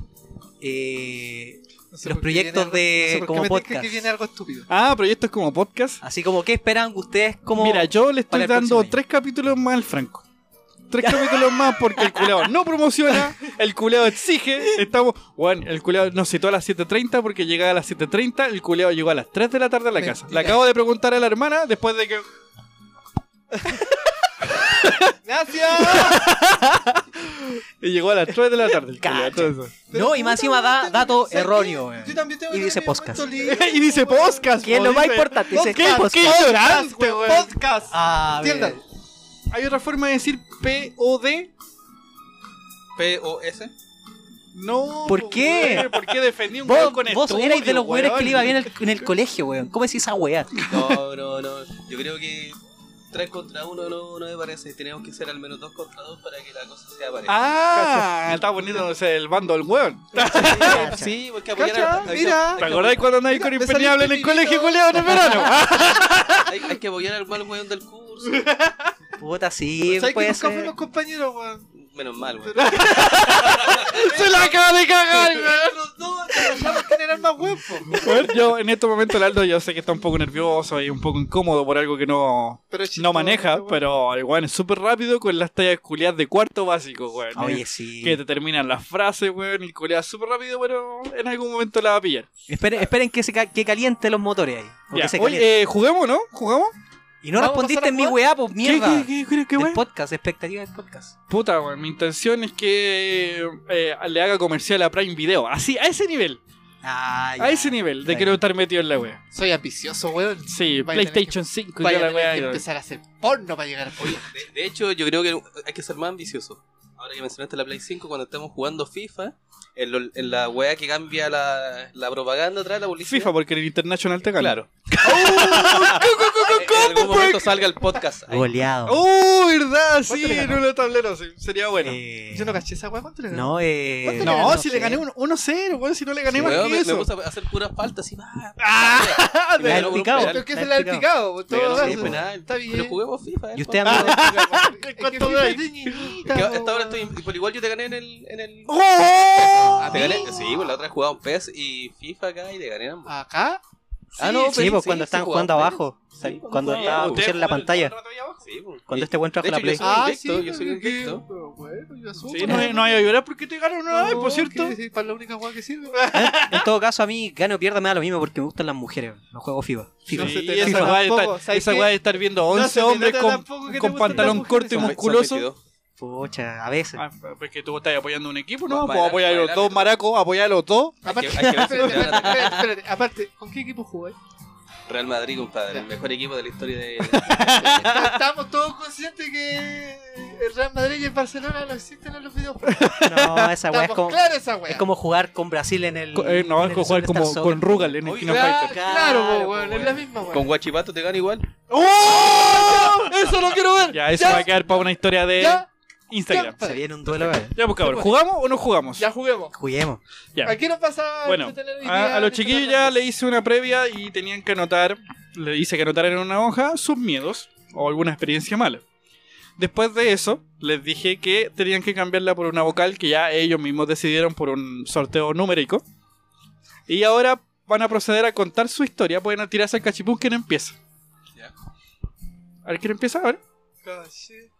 [SPEAKER 4] eh,
[SPEAKER 5] No sé
[SPEAKER 4] Los
[SPEAKER 5] por qué
[SPEAKER 4] proyectos
[SPEAKER 5] viene
[SPEAKER 4] de-
[SPEAKER 5] algo- no sé por qué
[SPEAKER 4] como
[SPEAKER 5] me tinca
[SPEAKER 4] podcast.
[SPEAKER 5] que viene algo estúpido.
[SPEAKER 6] Ah, proyectos como podcast.
[SPEAKER 4] así como, ¿qué esperan ustedes como
[SPEAKER 6] Mira, yo le
[SPEAKER 4] para
[SPEAKER 6] estoy
[SPEAKER 4] el próximo
[SPEAKER 6] dando
[SPEAKER 4] año.
[SPEAKER 6] tres capítulos más al Franco. Tres capítulos más porque el culeado no promociona, el culeado exige. Estamos. Bueno, el culeado nos citó a las 7.30 porque llegaba a las 7.30. El culeado llegó a las 3 de la tarde a la casa. Le
[SPEAKER 5] Mentira.
[SPEAKER 6] acabo de preguntar a la hermana después de que.
[SPEAKER 5] ¡Gracias!
[SPEAKER 6] y llegó a las 3 de la tarde. el culeado,
[SPEAKER 4] Cacha.
[SPEAKER 6] entonces.
[SPEAKER 4] No, y más encima da dato erróneo, weón.
[SPEAKER 5] Yo también tengo
[SPEAKER 4] Y
[SPEAKER 5] que
[SPEAKER 4] dice
[SPEAKER 5] tener mi
[SPEAKER 4] podcast.
[SPEAKER 5] momento libre,
[SPEAKER 6] y dice
[SPEAKER 5] weón.
[SPEAKER 6] podcast.
[SPEAKER 4] ¿Qué es
[SPEAKER 6] po,
[SPEAKER 4] lo más
[SPEAKER 6] dice.
[SPEAKER 4] importante? Dice
[SPEAKER 6] ¿Qué,
[SPEAKER 4] podcast.
[SPEAKER 6] qué
[SPEAKER 7] pues,
[SPEAKER 6] ignorante, weón.
[SPEAKER 5] Podcast.
[SPEAKER 4] A ver,
[SPEAKER 5] Entiendan.
[SPEAKER 6] Hay otra forma de decir POD.
[SPEAKER 7] P-O-S.
[SPEAKER 6] No.
[SPEAKER 4] ¿Por
[SPEAKER 6] po,
[SPEAKER 4] qué?
[SPEAKER 6] weón, ¿Por qué defendí un weón
[SPEAKER 4] Vos,
[SPEAKER 6] con
[SPEAKER 4] vos
[SPEAKER 6] estudio,
[SPEAKER 4] erais de los weones que le iba
[SPEAKER 6] weón?
[SPEAKER 4] bien en el, en el colegio, weón. ¿Cómo es esa wea?
[SPEAKER 7] No, no, no. Yo creo que tres contra uno no, no me parece. Tenemos que ser al menos dos contra dos para que la cosa sea pareja.
[SPEAKER 6] Ah, está poniéndose el bando del weón.
[SPEAKER 5] Ah,
[SPEAKER 7] sí, porque
[SPEAKER 5] Cacha,
[SPEAKER 7] apoyar a, hay, que-
[SPEAKER 5] mira.
[SPEAKER 7] hay
[SPEAKER 6] ¿Te
[SPEAKER 7] que,
[SPEAKER 6] acordás cuando andáis con
[SPEAKER 5] Me salió
[SPEAKER 6] impermeable en el
[SPEAKER 5] pipito.
[SPEAKER 6] colegio, culiao, en el verano? Ah,
[SPEAKER 7] hay- hay que apoyar al mal weón del curso.
[SPEAKER 4] Puta, sí,
[SPEAKER 5] ¿Sabes que
[SPEAKER 4] puede
[SPEAKER 5] nunca
[SPEAKER 4] ser.
[SPEAKER 5] fuimos compañeros, weón?
[SPEAKER 7] Menos mal, weón.
[SPEAKER 6] ¡Se la acaba de cagar, weón!
[SPEAKER 5] Los dos, que pensamos que eran más huevos.
[SPEAKER 6] Bueno, yo en este momento, Aldo, yo sé que está un poco nervioso y un poco incómodo por algo que no,
[SPEAKER 5] Pero es chistoso,
[SPEAKER 6] no maneja,
[SPEAKER 5] weón.
[SPEAKER 6] pero el weón es súper rápido con las tallas culiadas de cuarto básico, weón.
[SPEAKER 4] Oye, sí.
[SPEAKER 6] Que te terminan las frases, weón, y culiado súper rápido, pero en algún momento la va a pillar.
[SPEAKER 4] Esperen, esperen que, se ca- que caliente los motores ahí. o que
[SPEAKER 6] Ya,
[SPEAKER 4] se caliente.
[SPEAKER 6] Oye, eh, ¿juguemos, no? ¿Jugamos?
[SPEAKER 4] y no
[SPEAKER 5] ¿vamos a
[SPEAKER 4] respondiste
[SPEAKER 5] pasar a
[SPEAKER 4] en mi
[SPEAKER 5] jugar?
[SPEAKER 4] weá, pues mierda.
[SPEAKER 6] ¿Qué, qué, qué, qué, qué
[SPEAKER 4] Del
[SPEAKER 6] weón?
[SPEAKER 4] podcast, expectativa del podcast.
[SPEAKER 6] Puta, weón, mi intención es que eh, le haga comercial a Prime Video. Así, a ese nivel.
[SPEAKER 4] Ah,
[SPEAKER 6] A ese nivel de
[SPEAKER 4] Está
[SPEAKER 6] quiero
[SPEAKER 4] bien.
[SPEAKER 6] estar metido en la wea.
[SPEAKER 5] Soy ambicioso, weón.
[SPEAKER 6] Sí,
[SPEAKER 5] Vaya a tener
[SPEAKER 6] PlayStation 5 y
[SPEAKER 5] Vaya
[SPEAKER 6] toda
[SPEAKER 5] a
[SPEAKER 6] la
[SPEAKER 5] tener
[SPEAKER 6] wea.
[SPEAKER 5] que
[SPEAKER 6] weón.
[SPEAKER 5] empezar a hacer porno para llegar al pollo.
[SPEAKER 7] De, de hecho, yo creo que hay que ser más ambicioso. Ahora que mencionaste la Play 5, cuando estamos jugando FIFA, en, lo- en la weá que cambia la, la propaganda atrás, la publicidad.
[SPEAKER 6] FIFA, porque en el International te gana.
[SPEAKER 7] Claro. en algún momento salga el podcast. Ahí.
[SPEAKER 4] Goleado.
[SPEAKER 6] ¡Oh, verdad! Sí,
[SPEAKER 5] ¿Cuánto le
[SPEAKER 6] en
[SPEAKER 5] ganó?
[SPEAKER 6] un tablero, sí. Sería bueno.
[SPEAKER 4] Eh,
[SPEAKER 5] Yo no caché esa weá, ¿cuánto le ganó?
[SPEAKER 4] No, eh.
[SPEAKER 5] ¿Cuánto
[SPEAKER 6] no,
[SPEAKER 5] ganó,
[SPEAKER 6] si le gané un 1-0, weón, si no le gané más
[SPEAKER 7] Weón,
[SPEAKER 6] que
[SPEAKER 7] me, me
[SPEAKER 6] eso.
[SPEAKER 7] puse a hacer puras faltas así. va,
[SPEAKER 6] ¡Ah!
[SPEAKER 7] y me
[SPEAKER 4] La
[SPEAKER 7] ganó
[SPEAKER 4] del
[SPEAKER 7] por un
[SPEAKER 4] picado.
[SPEAKER 7] penal.
[SPEAKER 5] Pero que
[SPEAKER 4] Me
[SPEAKER 5] se la del
[SPEAKER 4] picado.
[SPEAKER 5] picado,
[SPEAKER 7] Me ganó
[SPEAKER 5] todo
[SPEAKER 7] por un
[SPEAKER 4] sí,
[SPEAKER 5] caso.
[SPEAKER 7] penal.
[SPEAKER 5] pues, Está bien.
[SPEAKER 7] pues, Pero juguemos FIFA. eh,
[SPEAKER 4] ¿Y usted,
[SPEAKER 7] papá.
[SPEAKER 4] amigo?
[SPEAKER 6] ¿Cuánto
[SPEAKER 5] FIFA
[SPEAKER 6] hay?
[SPEAKER 5] es pues, de niñita,
[SPEAKER 7] Que
[SPEAKER 5] po,
[SPEAKER 7] hasta ahora
[SPEAKER 5] weón.
[SPEAKER 7] estoy. Por igual yo te gané en el. En el...
[SPEAKER 6] ¡Oh!
[SPEAKER 7] te gané, sí, pues la otra vez jugaba un PES y FIFA acá y te gané ambos.
[SPEAKER 5] Acá.
[SPEAKER 7] Ah, no,
[SPEAKER 4] Sí,
[SPEAKER 7] pero
[SPEAKER 4] pues
[SPEAKER 7] sí,
[SPEAKER 4] cuando
[SPEAKER 7] sí
[SPEAKER 4] estaban
[SPEAKER 7] jugaba
[SPEAKER 4] jugando
[SPEAKER 7] PES.
[SPEAKER 4] abajo.
[SPEAKER 7] Sí,
[SPEAKER 4] cuando
[SPEAKER 7] sí,
[SPEAKER 4] estaba,
[SPEAKER 7] ustedes
[SPEAKER 4] pusieron la
[SPEAKER 6] jugaron
[SPEAKER 4] pantalla.
[SPEAKER 6] todo el rato ahí abajo?
[SPEAKER 7] Sí, pues.
[SPEAKER 4] Cuando este buen trajo
[SPEAKER 7] De
[SPEAKER 4] la
[SPEAKER 7] hecho,
[SPEAKER 4] Play.
[SPEAKER 7] Yo soy
[SPEAKER 5] Ah,
[SPEAKER 7] invicto, yo soy
[SPEAKER 5] pero que-
[SPEAKER 7] invicto.
[SPEAKER 5] pues, pero bueno, yo asumo.
[SPEAKER 6] Sí, no, hay- no hay a llorar porque te ganaron una vez,
[SPEAKER 5] No,
[SPEAKER 6] por cierto.
[SPEAKER 5] que- sí, Para la única weá que sirve.
[SPEAKER 4] En todo caso, a mí, gane o pierda, me da lo mismo porque me gustan las mujeres. No juego FIBA.
[SPEAKER 6] Sí,
[SPEAKER 4] FIFA.
[SPEAKER 5] No se te
[SPEAKER 6] esa
[SPEAKER 5] nota
[SPEAKER 6] weá de
[SPEAKER 5] tampoco,
[SPEAKER 6] estar-
[SPEAKER 5] ¿sabes
[SPEAKER 6] esa
[SPEAKER 5] qué?
[SPEAKER 6] weá de estar
[SPEAKER 5] No
[SPEAKER 6] viendo
[SPEAKER 5] se
[SPEAKER 6] 11
[SPEAKER 5] te
[SPEAKER 6] hombres
[SPEAKER 5] nota
[SPEAKER 6] con,
[SPEAKER 5] tampoco que te
[SPEAKER 6] con
[SPEAKER 5] gustan
[SPEAKER 6] pantalón
[SPEAKER 5] las
[SPEAKER 6] corto y
[SPEAKER 5] mujeres.
[SPEAKER 7] Son ve- son
[SPEAKER 6] musculoso.
[SPEAKER 7] 22.
[SPEAKER 4] Pucha, a veces.
[SPEAKER 6] Ah, pues que tú estás apoyando a un equipo, ¿no?
[SPEAKER 7] Va-
[SPEAKER 6] Puedo
[SPEAKER 7] bailar-
[SPEAKER 6] apoyar a los
[SPEAKER 7] bailar
[SPEAKER 6] dos
[SPEAKER 7] y-
[SPEAKER 6] maracos, apoyar a los dos.
[SPEAKER 5] Aparte,
[SPEAKER 7] hay que ver si
[SPEAKER 5] espérate,
[SPEAKER 7] te van a
[SPEAKER 5] espérate, espérate, espérate. Aparte, ¿con qué equipo eh? jugáis?
[SPEAKER 7] Real Madrid, compadre,
[SPEAKER 5] Ya.
[SPEAKER 7] el mejor equipo de la historia de.
[SPEAKER 5] Estamos todos conscientes que el Real Madrid y el Barcelona no existen en los videojuegos.
[SPEAKER 4] No, esa weá es
[SPEAKER 5] Estamos
[SPEAKER 4] como,
[SPEAKER 5] claros esa weá.
[SPEAKER 4] es como jugar con Brasil en el.
[SPEAKER 6] Co- eh, no,
[SPEAKER 4] en
[SPEAKER 6] es
[SPEAKER 4] el
[SPEAKER 6] como jugar
[SPEAKER 4] Superstar
[SPEAKER 6] como
[SPEAKER 4] Soccer.
[SPEAKER 6] con Rugal en el
[SPEAKER 7] Oye,
[SPEAKER 6] Kino
[SPEAKER 5] Claro,
[SPEAKER 6] Fighter.
[SPEAKER 5] claro, po,
[SPEAKER 4] Claro,
[SPEAKER 5] weón,
[SPEAKER 4] po,
[SPEAKER 5] es la misma weá.
[SPEAKER 7] Con Guachipato te gana igual.
[SPEAKER 6] ¡Oh!
[SPEAKER 5] Eso lo quiero ver.
[SPEAKER 6] Ya, eso va a quedar para una historia de
[SPEAKER 5] ya,
[SPEAKER 6] Instagram.
[SPEAKER 5] ya.
[SPEAKER 4] Se viene un duelo, weón.
[SPEAKER 6] Ya, pues cabrón, ¿jugamos o no jugamos?
[SPEAKER 5] ya juguemos.
[SPEAKER 4] Juguemos.
[SPEAKER 6] Ya.
[SPEAKER 5] Aquí nos pasa
[SPEAKER 6] Bueno,
[SPEAKER 5] entretener hoy día
[SPEAKER 6] a, a los
[SPEAKER 5] en
[SPEAKER 6] chiquillos
[SPEAKER 5] esta
[SPEAKER 6] ya
[SPEAKER 5] tarde.
[SPEAKER 6] le hice una previa y tenían que anotar, le hice que anotaran en una hoja sus miedos o alguna experiencia mala. Después de eso, les dije que tenían que cambiarla por una vocal que ya ellos mismos decidieron por un sorteo numérico. Y ahora van a proceder a contar su historia. Pueden tirarse al cachipún. ¿Quién empieza?
[SPEAKER 7] Ya.
[SPEAKER 6] A ver, ¿quién empieza? A ver.
[SPEAKER 5] Calle.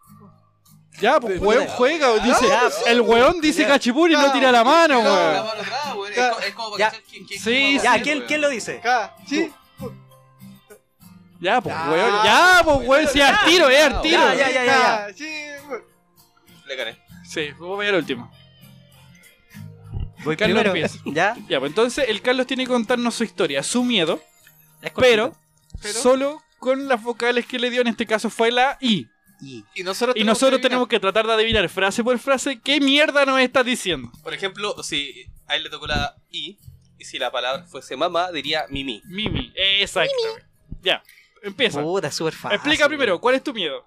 [SPEAKER 6] Ya, pues weón juega. o Dice,
[SPEAKER 4] Ya,
[SPEAKER 6] el weón dice cachipún y no
[SPEAKER 5] pues. Ya.
[SPEAKER 6] tira la
[SPEAKER 5] Ya.
[SPEAKER 6] mano,
[SPEAKER 7] La
[SPEAKER 6] weón.
[SPEAKER 7] mano atrás, güey. Es co- Es como
[SPEAKER 4] Ya.
[SPEAKER 7] para cachar quién- quién-
[SPEAKER 6] Sí,
[SPEAKER 7] quién
[SPEAKER 6] sí.
[SPEAKER 7] va a
[SPEAKER 4] Ya,
[SPEAKER 7] ganar,
[SPEAKER 4] ¿quién,
[SPEAKER 7] güey.
[SPEAKER 4] ¿quién lo dice?
[SPEAKER 5] Calle.
[SPEAKER 6] Ya, pues
[SPEAKER 5] Ya.
[SPEAKER 6] weón. Ya, pues weón. Sí, al tiro, eh, al tiro.
[SPEAKER 4] Ya, ya, ya, ya.
[SPEAKER 5] Calle.
[SPEAKER 7] Le gané.
[SPEAKER 6] Sí, voy a ver el último.
[SPEAKER 4] Voy
[SPEAKER 6] Carlos
[SPEAKER 4] primero.
[SPEAKER 6] empieza.
[SPEAKER 4] Ya.
[SPEAKER 6] Ya, pues entonces el Carlos tiene que contarnos su historia, su miedo,
[SPEAKER 4] es cortito.
[SPEAKER 6] pero,
[SPEAKER 5] Pero-
[SPEAKER 6] solo con las vocales que le dio, en este caso fue la I.
[SPEAKER 4] Y-
[SPEAKER 5] Y nosotros,
[SPEAKER 6] Y nosotros tenemos
[SPEAKER 5] adivinar.
[SPEAKER 6] que tratar de adivinar frase por frase qué mierda nos estás diciendo.
[SPEAKER 7] Por ejemplo, si a él le tocó la I, y si la palabra fuese mamá, diría mimi.
[SPEAKER 6] Mimi, exacto. Ya, empieza.
[SPEAKER 4] Puta, súper fácil.
[SPEAKER 6] Explica primero, ¿cuál es tu miedo?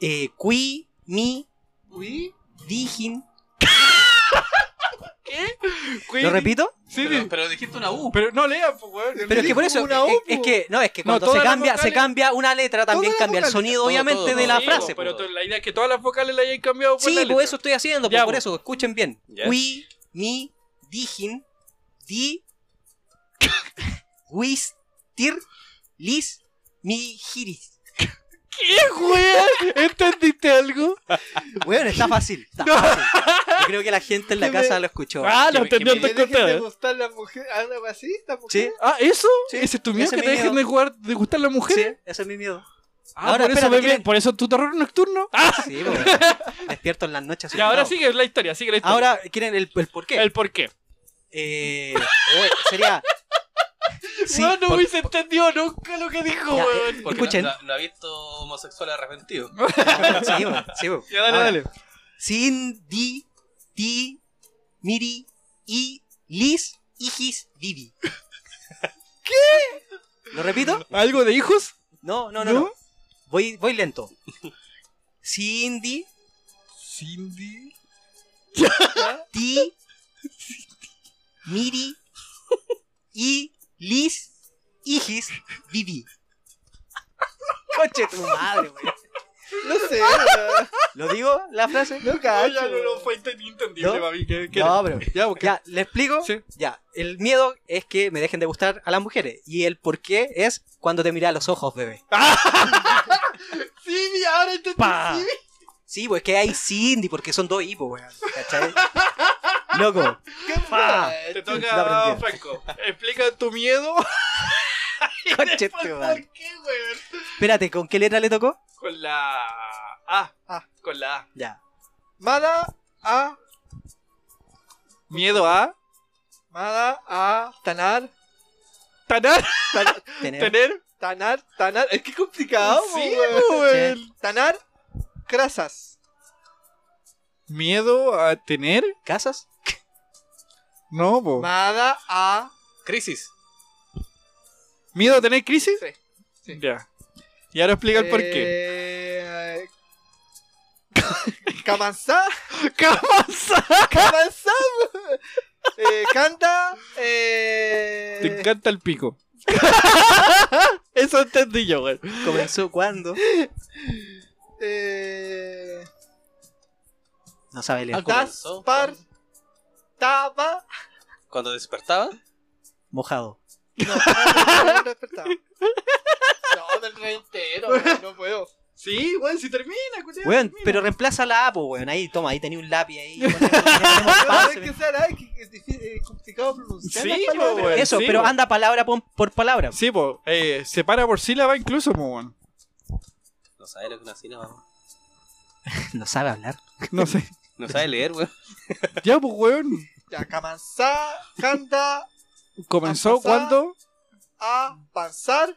[SPEAKER 4] Eh, qui, mi,
[SPEAKER 5] Uy,
[SPEAKER 4] dijin.
[SPEAKER 6] Queen-
[SPEAKER 4] ¿Lo repito?
[SPEAKER 6] Sí,
[SPEAKER 7] pero,
[SPEAKER 6] sí.
[SPEAKER 7] pero dijiste una U.
[SPEAKER 6] Pero no lea, po, weón.
[SPEAKER 4] Pero es que por
[SPEAKER 5] Dijo
[SPEAKER 4] eso,
[SPEAKER 5] una
[SPEAKER 4] eh,
[SPEAKER 5] O,
[SPEAKER 4] es,
[SPEAKER 5] po.
[SPEAKER 4] que, no, es que cuando
[SPEAKER 6] todas
[SPEAKER 4] se
[SPEAKER 6] las
[SPEAKER 4] cambia, se
[SPEAKER 6] vocales.
[SPEAKER 4] cambia una letra, también
[SPEAKER 5] Todas las
[SPEAKER 4] cambia el
[SPEAKER 5] vocales.
[SPEAKER 4] sonido,
[SPEAKER 7] Todo,
[SPEAKER 4] obviamente,
[SPEAKER 7] todo,
[SPEAKER 4] de
[SPEAKER 7] todo.
[SPEAKER 4] la
[SPEAKER 6] pues. Sí,
[SPEAKER 4] frase.
[SPEAKER 6] po, pero
[SPEAKER 4] po.
[SPEAKER 6] to- la idea es que todas las vocales las hayáis cambiado por
[SPEAKER 4] Sí,
[SPEAKER 6] la
[SPEAKER 4] por
[SPEAKER 6] letra.
[SPEAKER 4] eso estoy haciendo, po,
[SPEAKER 6] Ya,
[SPEAKER 4] por
[SPEAKER 6] po.
[SPEAKER 4] eso, escuchen bien.
[SPEAKER 7] Ya.
[SPEAKER 4] Qui, mi, dijin, di, wis, tir, lis, mi, giris.
[SPEAKER 6] ¿Qué, weón? ¿Entendiste algo?
[SPEAKER 4] Bueno, está fácil. Está fácil. Yo creo que la gente en la
[SPEAKER 5] Que me-
[SPEAKER 4] casa lo escuchó.
[SPEAKER 6] Ah, lo
[SPEAKER 7] que- que
[SPEAKER 6] entendió
[SPEAKER 7] me-
[SPEAKER 5] ¿Le
[SPEAKER 6] antes que
[SPEAKER 5] dejen de
[SPEAKER 6] ustedes.
[SPEAKER 5] gustar la mujer? ¿Algo así? ¿La mujer?
[SPEAKER 4] Sí.
[SPEAKER 6] Ah, ¿eso?
[SPEAKER 4] Sí,
[SPEAKER 6] ¿Ese es tu miedo?
[SPEAKER 4] ese
[SPEAKER 6] ¿Que
[SPEAKER 4] es
[SPEAKER 6] te
[SPEAKER 4] mi
[SPEAKER 6] dejen
[SPEAKER 4] miedo.
[SPEAKER 6] de jugar de gustar las mujeres?
[SPEAKER 4] Sí, ese es mi miedo.
[SPEAKER 6] Ah,
[SPEAKER 4] Ahora,
[SPEAKER 6] por, eso,
[SPEAKER 4] espérate,
[SPEAKER 6] bebé,
[SPEAKER 4] ¿quién-
[SPEAKER 6] por eso tu terror nocturno. Ah,
[SPEAKER 4] Sí, po. Despierto en las noches.
[SPEAKER 6] y ahora
[SPEAKER 4] asustado.
[SPEAKER 6] sigue la historia, sigue la historia.
[SPEAKER 4] Ahora, ¿quieren el, el por qué?
[SPEAKER 6] el por qué.
[SPEAKER 4] Eh, oye, sería. Sí,
[SPEAKER 6] Weón, no
[SPEAKER 4] por-
[SPEAKER 6] hubiese entendido nunca lo que dijo,
[SPEAKER 4] Ya,
[SPEAKER 6] weón.
[SPEAKER 7] Porque
[SPEAKER 4] Escuchen.
[SPEAKER 7] No, no- no ha visto homosexual arrepentido.
[SPEAKER 4] sí, bo, sí, bo.
[SPEAKER 6] Ya, dale,
[SPEAKER 4] Ahora,
[SPEAKER 6] dale.
[SPEAKER 4] Sin, di, ti, miri, i, lis, igis, divi. ¿Qué? ¿Lo repito?
[SPEAKER 6] ¿Algo de hijos?
[SPEAKER 4] No, no, no.
[SPEAKER 6] ¿No?
[SPEAKER 4] no. Voy, voy lento. Sin, di,
[SPEAKER 6] Cindy.
[SPEAKER 4] ti, miri, i, lis, igis, divi. Coche tu madre, güey.
[SPEAKER 5] No sé. no,
[SPEAKER 4] ¿Lo digo la frase?
[SPEAKER 5] No cacho.
[SPEAKER 6] fue entendible,
[SPEAKER 4] ¿No?
[SPEAKER 6] papi. ¿Qué,
[SPEAKER 4] No, pero
[SPEAKER 6] Ya, ok.
[SPEAKER 4] Ya, ¿le explico?
[SPEAKER 6] Sí.
[SPEAKER 4] Ya, el miedo es que me dejen de gustar a las mujeres. Y el por qué es cuando te mira a los ojos, bebé.
[SPEAKER 5] Sí, mira, ahora entendí.
[SPEAKER 6] Pa.
[SPEAKER 5] sí.
[SPEAKER 4] Sí, pues que hay Cindy, porque son dos hipos, weón. ¿Cachai? Loco.
[SPEAKER 5] Qué
[SPEAKER 4] Pa.
[SPEAKER 5] mal.
[SPEAKER 6] Te
[SPEAKER 4] Lo
[SPEAKER 6] toca,
[SPEAKER 4] aprendí.
[SPEAKER 6] Franco. Explica tu miedo
[SPEAKER 4] Conche tu madre.
[SPEAKER 6] ¿Por qué, weón?
[SPEAKER 4] Espérate, ¿con qué letra le tocó?
[SPEAKER 6] Con la A. Con la A.
[SPEAKER 4] Ya.
[SPEAKER 5] Mala a.
[SPEAKER 6] Miedo a
[SPEAKER 5] Mala a. Tanar.
[SPEAKER 6] tanar,
[SPEAKER 4] Tener.
[SPEAKER 6] tener.
[SPEAKER 5] Tanar. Tanar. Es que complicado,
[SPEAKER 6] Sí,
[SPEAKER 5] weón.
[SPEAKER 6] weón.
[SPEAKER 5] Tanar. Crasas.
[SPEAKER 6] Miedo a tener.
[SPEAKER 4] ¿Casas?
[SPEAKER 6] No, po.
[SPEAKER 5] Mala a.
[SPEAKER 7] Crisis.
[SPEAKER 6] ¿Miedo a tener crisis?
[SPEAKER 5] Sí, sí.
[SPEAKER 6] Ya. Y ahora explica el por qué.
[SPEAKER 5] Eh, Camanzá.
[SPEAKER 6] ¡Camanza!
[SPEAKER 5] Camanzá. weón. Eh, canta. Eh,
[SPEAKER 6] Te encanta el pico. Eso entendí yo, güey.
[SPEAKER 4] ¿Comenzó cuándo?
[SPEAKER 5] eh,
[SPEAKER 4] No sabe leer.
[SPEAKER 7] Alta-
[SPEAKER 5] Gaspar. Taba.
[SPEAKER 7] Cuando despertaba,
[SPEAKER 4] Mojado.
[SPEAKER 5] No, no, no, despertaba. No, del rey entero, weón, no puedo.
[SPEAKER 6] Sí, güey, si termina, escuché.
[SPEAKER 4] Weón, pero reemplaza la A, pues, weón. Ahí, toma, ahí tenía un lápiz ahí.
[SPEAKER 5] No, es que sea la que que es difí- eh, complicado pronunciar.
[SPEAKER 6] Ah, Sí,
[SPEAKER 5] las
[SPEAKER 6] po,
[SPEAKER 5] palabras.
[SPEAKER 6] weón.
[SPEAKER 4] Eso,
[SPEAKER 6] Sí,
[SPEAKER 4] pero
[SPEAKER 6] po.
[SPEAKER 4] anda palabra por, por palabra.
[SPEAKER 6] Sí, po. Eh, separa por sílaba incluso, po, weón.
[SPEAKER 7] no sabe lo que una cena, vamos.
[SPEAKER 4] No sabe hablar.
[SPEAKER 6] No sé.
[SPEAKER 7] No sabe leer, weón.
[SPEAKER 6] ya, pues, weón.
[SPEAKER 5] Ya, Camanzá, Canta,
[SPEAKER 6] Comenzó
[SPEAKER 5] Pasada.
[SPEAKER 6] cuando.
[SPEAKER 5] A, Panzar,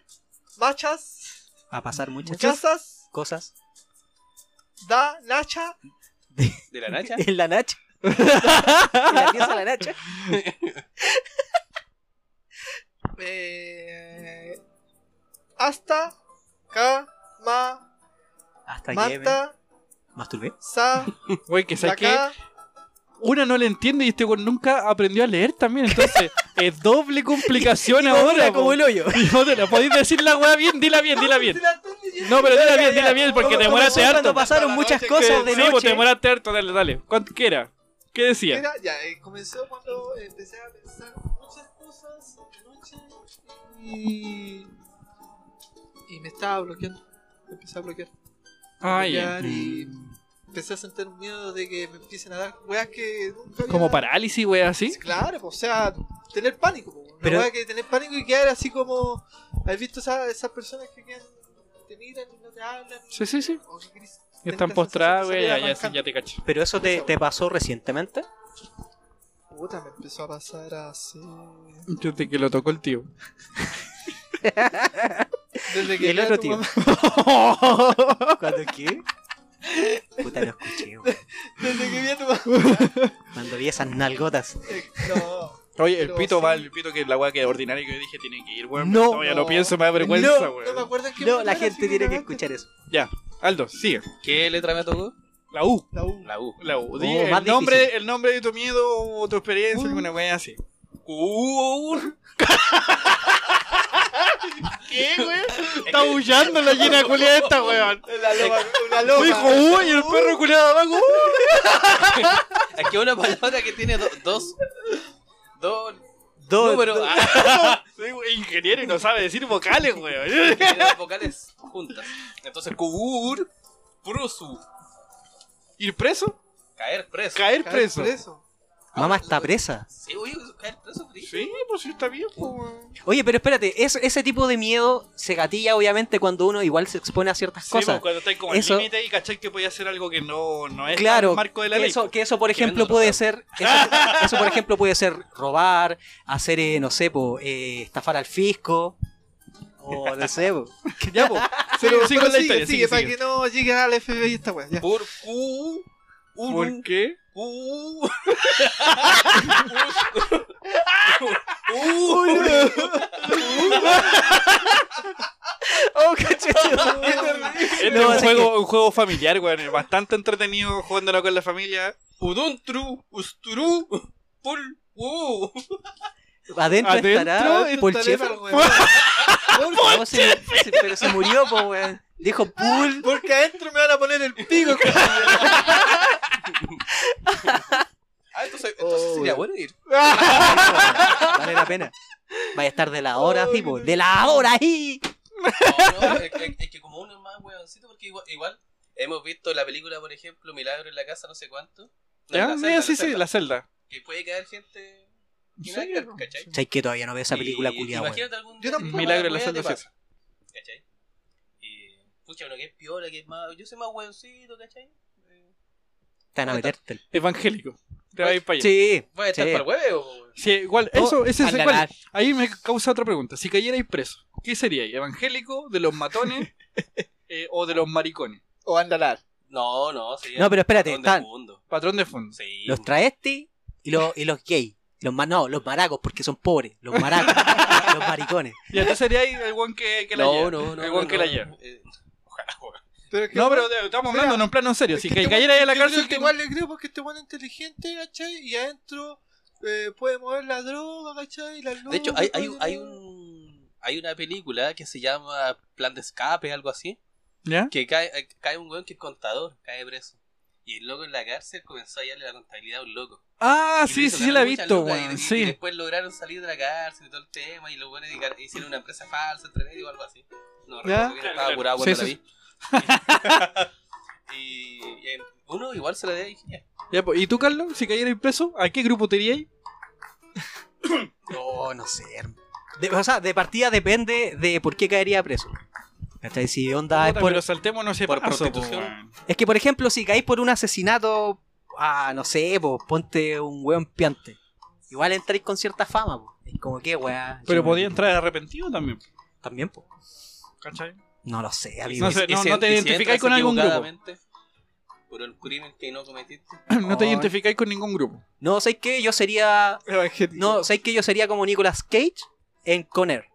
[SPEAKER 5] Machas,
[SPEAKER 4] A pasar muchas
[SPEAKER 5] Muchasas,
[SPEAKER 4] cosas
[SPEAKER 5] Da, Nacha,
[SPEAKER 7] De la nacha.
[SPEAKER 4] en la Nacha. En la pieza de la Nacha.
[SPEAKER 5] eh, Hasta, Ka, Ma,
[SPEAKER 4] Hasta que me
[SPEAKER 5] Mata,
[SPEAKER 4] masturbé.
[SPEAKER 5] Sa,
[SPEAKER 6] Güey, que sabes que
[SPEAKER 5] Taca,
[SPEAKER 6] una no le entiende y este weón nunca aprendió a leer también. Entonces, es doble complicación ahora.
[SPEAKER 4] como
[SPEAKER 6] po.
[SPEAKER 4] el hoyo.
[SPEAKER 6] Y otra, podéis decir la weá bien, dila bien, dila bien.
[SPEAKER 5] Si la entendí
[SPEAKER 6] No, pero dila bien, dila bien, porque te demoraste
[SPEAKER 4] Cuando
[SPEAKER 6] harto.
[SPEAKER 4] pasaron muchas
[SPEAKER 5] Sí,
[SPEAKER 6] Sí,
[SPEAKER 4] cosas de
[SPEAKER 6] sí, pues te
[SPEAKER 4] noche.
[SPEAKER 6] demoraste harto, dale, dale. ¿Cuánto que era? ¿Qué decía?
[SPEAKER 5] Mira, ya, eh, comenzó cuando empecé a pensar muchas cosas anoche y. Y me estaba bloqueando. Me empecé a bloquear.
[SPEAKER 6] Ah, ya. Mm.
[SPEAKER 5] bloquear y empecé a sentir un miedo de que me empiecen a dar weas que nunca había-
[SPEAKER 6] Como parálisis, wey, así.
[SPEAKER 5] Sí, Claro, o sea, tener pánico. po. Una
[SPEAKER 4] Pero-
[SPEAKER 5] wea que tener pánico y quedar así como. ¿Has visto esa- esas personas que quedan, te miran y no te hablan?
[SPEAKER 6] Sí, sí, sí.
[SPEAKER 5] O que querés-
[SPEAKER 6] Y Están
[SPEAKER 5] tenés la sensación
[SPEAKER 6] postradas,
[SPEAKER 5] de
[SPEAKER 6] wey,
[SPEAKER 5] salir
[SPEAKER 6] ya, ya, sí,
[SPEAKER 5] arrancando.
[SPEAKER 6] ya te cacho.
[SPEAKER 4] Pero eso te, te pasó recientemente.
[SPEAKER 5] Puta, me empezó a pasar así.
[SPEAKER 6] Desde que lo tocó el tío.
[SPEAKER 5] Desde
[SPEAKER 4] Y el
[SPEAKER 5] era
[SPEAKER 4] otro
[SPEAKER 5] tu
[SPEAKER 4] tío.
[SPEAKER 5] mamá-
[SPEAKER 4] ¿Cuándo qué? Puta, lo escuché, weón.
[SPEAKER 5] Desde que vi a tu mamá.
[SPEAKER 4] Cuando vi esas nalgotas.
[SPEAKER 5] Eh, No.
[SPEAKER 6] Oye, el
[SPEAKER 5] Pero
[SPEAKER 6] pito
[SPEAKER 5] sí.
[SPEAKER 6] va, el pito que es la weá que es ordinaria que yo dije tiene que ir, weón.
[SPEAKER 4] No.
[SPEAKER 6] ya lo pienso, me da vergüenza,
[SPEAKER 4] No,
[SPEAKER 6] weón.
[SPEAKER 5] No me acuerdo en qué
[SPEAKER 4] No,
[SPEAKER 5] momento
[SPEAKER 4] la
[SPEAKER 5] era, así
[SPEAKER 4] gente tiene que
[SPEAKER 5] cagaste.
[SPEAKER 4] escuchar eso.
[SPEAKER 6] Ya, Aldo, sigue.
[SPEAKER 7] ¿Qué letra me tocó?
[SPEAKER 6] La U.
[SPEAKER 5] La U.
[SPEAKER 7] La U.
[SPEAKER 6] La U.
[SPEAKER 4] Oh,
[SPEAKER 6] Di
[SPEAKER 4] más
[SPEAKER 6] el,
[SPEAKER 4] difícil.
[SPEAKER 6] nombre, el nombre de tu miedo o tu experiencia, alguna weá así.
[SPEAKER 7] Uh,
[SPEAKER 6] ¿Qué, weón? Está bullando la llena culieta, weón.
[SPEAKER 5] La loba. La loba.
[SPEAKER 6] Dijo U y el perro culiado abajo. "Uh".
[SPEAKER 7] Aquí una palabra que tiene do- dos. Dos.
[SPEAKER 4] Dos,
[SPEAKER 7] números.
[SPEAKER 4] dos-
[SPEAKER 7] ah,
[SPEAKER 6] Soy un ingeniero y no sabe decir vocales, weón.
[SPEAKER 7] tiene dos vocales juntas. Entonces, cubur, prusu,
[SPEAKER 6] ¿Ir preso?
[SPEAKER 7] caer preso.
[SPEAKER 6] ¿Caer
[SPEAKER 5] Caer
[SPEAKER 6] preso?
[SPEAKER 5] preso.
[SPEAKER 4] Mamá está presa.
[SPEAKER 7] Sí, oye, caer preso, frío.
[SPEAKER 6] Sí, pues sí, está bien, pues, weón.
[SPEAKER 4] Oye, pero espérate, es- ese tipo de miedo se gatilla obviamente cuando uno igual se expone a ciertas
[SPEAKER 6] Sí,
[SPEAKER 4] cosas.
[SPEAKER 6] pues, cuando estáis como al
[SPEAKER 4] Eso-
[SPEAKER 6] límite y cachai que podía hacer algo que no, no es
[SPEAKER 4] Claro,
[SPEAKER 6] el marco de la ley. pues.
[SPEAKER 4] eso, que eso por
[SPEAKER 7] Que vendo
[SPEAKER 4] ejemplo puede
[SPEAKER 7] droga.
[SPEAKER 4] ser, eso, eso, por ejemplo puede ser robar, hacer, eh, no sé, po, eh, estafar al fisco, o no sé, po.
[SPEAKER 6] Ya, pues. Sí,
[SPEAKER 5] Pero,
[SPEAKER 6] sigue
[SPEAKER 5] pero
[SPEAKER 6] con la
[SPEAKER 5] sigue,
[SPEAKER 6] historia,
[SPEAKER 5] sigue,
[SPEAKER 6] sigue,
[SPEAKER 5] para
[SPEAKER 6] sigue.
[SPEAKER 5] que no llegue al FBI esta wea. Ya.
[SPEAKER 7] Por cu, un,
[SPEAKER 6] ¿Por qué?
[SPEAKER 7] cu-
[SPEAKER 4] Oh, cachete.
[SPEAKER 6] Este
[SPEAKER 4] No,
[SPEAKER 6] es
[SPEAKER 4] así
[SPEAKER 6] un juego, un juego familiar, weón. es Bastante entretenido jugándolo con la familia.
[SPEAKER 7] uduntru, usturu, pul, u.
[SPEAKER 4] Adentro,
[SPEAKER 6] Adentro
[SPEAKER 4] estará
[SPEAKER 5] Esto
[SPEAKER 4] Paul
[SPEAKER 5] está
[SPEAKER 4] Schaefer.
[SPEAKER 5] letra, weón.
[SPEAKER 4] No, se- se- pero se murió, po, weón. Dijo Pool.
[SPEAKER 5] Porque adentro me van a poner el pico.
[SPEAKER 7] Ah, entonces, entonces
[SPEAKER 4] Oh,
[SPEAKER 7] sería
[SPEAKER 4] bueno.
[SPEAKER 7] bueno ir.
[SPEAKER 4] Vale la pena. Vaya a estar de la
[SPEAKER 6] Oh,
[SPEAKER 4] hora, sí, po. De la hora ahí.
[SPEAKER 7] No, no, es, es- es que como uno es más huevoncito, porque igual, igual hemos visto la película, por ejemplo, Milagro en la casa, no sé cuánto.
[SPEAKER 6] Ya,
[SPEAKER 7] No, en la
[SPEAKER 6] Ah, mira,
[SPEAKER 7] celda,
[SPEAKER 6] sí,
[SPEAKER 7] en la
[SPEAKER 6] sí,
[SPEAKER 7] celda.
[SPEAKER 6] la celda.
[SPEAKER 7] Que puede caer gente.
[SPEAKER 6] Sí,
[SPEAKER 7] milagro,
[SPEAKER 6] no.
[SPEAKER 7] ¿cachai?
[SPEAKER 4] Sabes que todavía no veo esa película
[SPEAKER 7] Y-
[SPEAKER 4] culiada, weón.
[SPEAKER 7] Imagínate algún
[SPEAKER 5] Yo
[SPEAKER 7] día
[SPEAKER 5] tampoco.
[SPEAKER 7] que
[SPEAKER 6] Milagro en la
[SPEAKER 7] wea
[SPEAKER 6] celda
[SPEAKER 7] te
[SPEAKER 6] César.
[SPEAKER 7] pasa, ¿Cachai? Y. Pucha, uno que es piola, que es más. Yo soy más hueoncito, ¿cachai? Eh,
[SPEAKER 4] Te van a meterte.
[SPEAKER 6] Evangélico. Te va a ir para allá.
[SPEAKER 4] Sí.
[SPEAKER 7] Voy a estar
[SPEAKER 4] sí.
[SPEAKER 7] para el huevo.
[SPEAKER 6] Sí, igual, eso, ese es
[SPEAKER 4] Al-
[SPEAKER 6] igual.
[SPEAKER 4] al-
[SPEAKER 6] Ahí me causa otra pregunta. Si cayerais preso, ¿qué seríais? ¿Evangélico, de los matones eh, o de los maricones?
[SPEAKER 5] O andalar.
[SPEAKER 7] No, no, sería.
[SPEAKER 4] No, pero espérate,
[SPEAKER 7] patrón
[SPEAKER 4] están-
[SPEAKER 7] del mundo.
[SPEAKER 6] Patrón de fondo.
[SPEAKER 7] Sí.
[SPEAKER 4] Los traestis y los, y los gays. Los ma- no, los maracos, porque son pobres. Los maracos, los maricones.
[SPEAKER 6] Ya, tú seríais el guan que, que la lleva.
[SPEAKER 7] no, no, no.
[SPEAKER 6] El guan
[SPEAKER 7] no,
[SPEAKER 6] que la
[SPEAKER 7] no.
[SPEAKER 6] lleva.
[SPEAKER 7] Eh, Ojalá, weón.
[SPEAKER 5] Pero que-
[SPEAKER 6] No, pero de- estamos hablando en un plano serio.
[SPEAKER 5] Es
[SPEAKER 6] Si
[SPEAKER 5] que
[SPEAKER 6] ca-
[SPEAKER 5] este
[SPEAKER 6] cayerais a la
[SPEAKER 5] Yo creo
[SPEAKER 6] cárcel,
[SPEAKER 5] que
[SPEAKER 6] te-
[SPEAKER 5] igual le creo porque este weón es inteligente, ¿cachai? Y adentro eh, puede mover la droga, ¿cachai? La luz,
[SPEAKER 7] De hecho, hay, hay,
[SPEAKER 5] todo,
[SPEAKER 7] hay
[SPEAKER 5] todo.
[SPEAKER 7] un. Hay una película que se llama Plan de Escape, algo así.
[SPEAKER 6] ¿Ya?
[SPEAKER 7] Que cae, eh, cae un weón que es contador, cae preso. Y el loco en la cárcel comenzó a darle la contabilidad a un loco.
[SPEAKER 6] Ah,
[SPEAKER 7] Y
[SPEAKER 6] sí,
[SPEAKER 7] le hizo
[SPEAKER 6] sí, sí la he
[SPEAKER 7] mucha
[SPEAKER 6] visto,
[SPEAKER 7] luca y-
[SPEAKER 6] weón.
[SPEAKER 7] y-
[SPEAKER 6] Sí.
[SPEAKER 7] Y después lograron salir de la cárcel y todo el tema. Y los buenos hicieron una empresa falsa entre medio o algo así. No
[SPEAKER 6] Ya.
[SPEAKER 7] recuerdo bien, estaba curado
[SPEAKER 6] Sí,
[SPEAKER 7] cuando
[SPEAKER 6] sí,
[SPEAKER 7] la vi. y, y en- uno igual se la debe ingeniar.
[SPEAKER 6] Ya, pues, ¿Y tú, Carlos? Si cayerais preso, ¿a qué grupo te iríais?
[SPEAKER 4] No, Oh, no sé. hermano. De- o sea, de partida depende de por qué caería preso. ¿Cachai? Si onda es
[SPEAKER 6] Puta,
[SPEAKER 4] por-
[SPEAKER 6] pero saltemos, no sé,
[SPEAKER 7] Ah, por
[SPEAKER 6] paso,
[SPEAKER 7] prostitución.
[SPEAKER 6] po, weón.
[SPEAKER 4] Es que, por ejemplo, si caís por un asesinato, ah, no sé, po, ponte un weón piante. Igual entráis con cierta fama, po. Es como que, weá.
[SPEAKER 6] Pero
[SPEAKER 4] yo-
[SPEAKER 6] podía entrar arrepentido también,
[SPEAKER 4] También, po.
[SPEAKER 6] ¿cachai?
[SPEAKER 4] No lo sé, amigo.
[SPEAKER 6] No sé,
[SPEAKER 7] Y
[SPEAKER 6] no-
[SPEAKER 7] si-
[SPEAKER 6] no te
[SPEAKER 7] y si
[SPEAKER 6] identificáis
[SPEAKER 7] entras
[SPEAKER 6] con algún grupo.
[SPEAKER 7] equivocadamente Por el crimen que no cometiste.
[SPEAKER 6] No te
[SPEAKER 4] Ay.
[SPEAKER 6] identificáis con ningún grupo.
[SPEAKER 4] No, ¿sabes qué? Yo sería. No, ¿sabes qué? Yo sería como Nicolas Cage en Conner.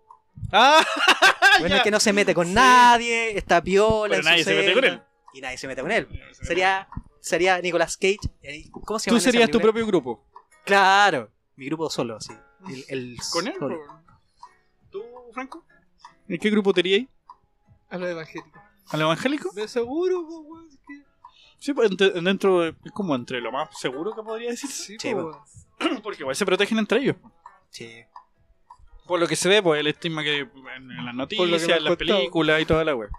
[SPEAKER 6] Ah,
[SPEAKER 4] Bueno,
[SPEAKER 6] ya.
[SPEAKER 4] es que no se mete con nadie, está piola.
[SPEAKER 6] Pero
[SPEAKER 4] en su
[SPEAKER 6] nadie se mete con
[SPEAKER 4] celda, Y nadie se mete con él. Sería, sería Nicolas Cage. eh, ¿Cómo se llama?
[SPEAKER 6] tú
[SPEAKER 4] esa
[SPEAKER 6] serías tu
[SPEAKER 4] película?
[SPEAKER 6] propio grupo.
[SPEAKER 4] Claro, mi grupo solo, sí. El, el
[SPEAKER 6] ¿Con él?
[SPEAKER 4] solo.
[SPEAKER 6] po? ¿Tú, Franco? ¿En qué grupo te iríais?
[SPEAKER 5] A lo evangélico.
[SPEAKER 6] ¿Al evangélico?
[SPEAKER 5] Me seguro, po, weón. es que-
[SPEAKER 6] Sí, pues ente- dentro de- es como entre lo más seguro que podría decir.
[SPEAKER 5] Sí,
[SPEAKER 4] Sí,
[SPEAKER 5] po,
[SPEAKER 4] po.
[SPEAKER 5] weón.
[SPEAKER 6] Porque igual se protegen entre ellos.
[SPEAKER 4] Sí.
[SPEAKER 6] Por lo que se ve, pues el estigma que en, en las
[SPEAKER 5] Por lo que
[SPEAKER 6] noticias,
[SPEAKER 5] me
[SPEAKER 6] en
[SPEAKER 5] han
[SPEAKER 6] las
[SPEAKER 5] contado.
[SPEAKER 6] películas y toda la web.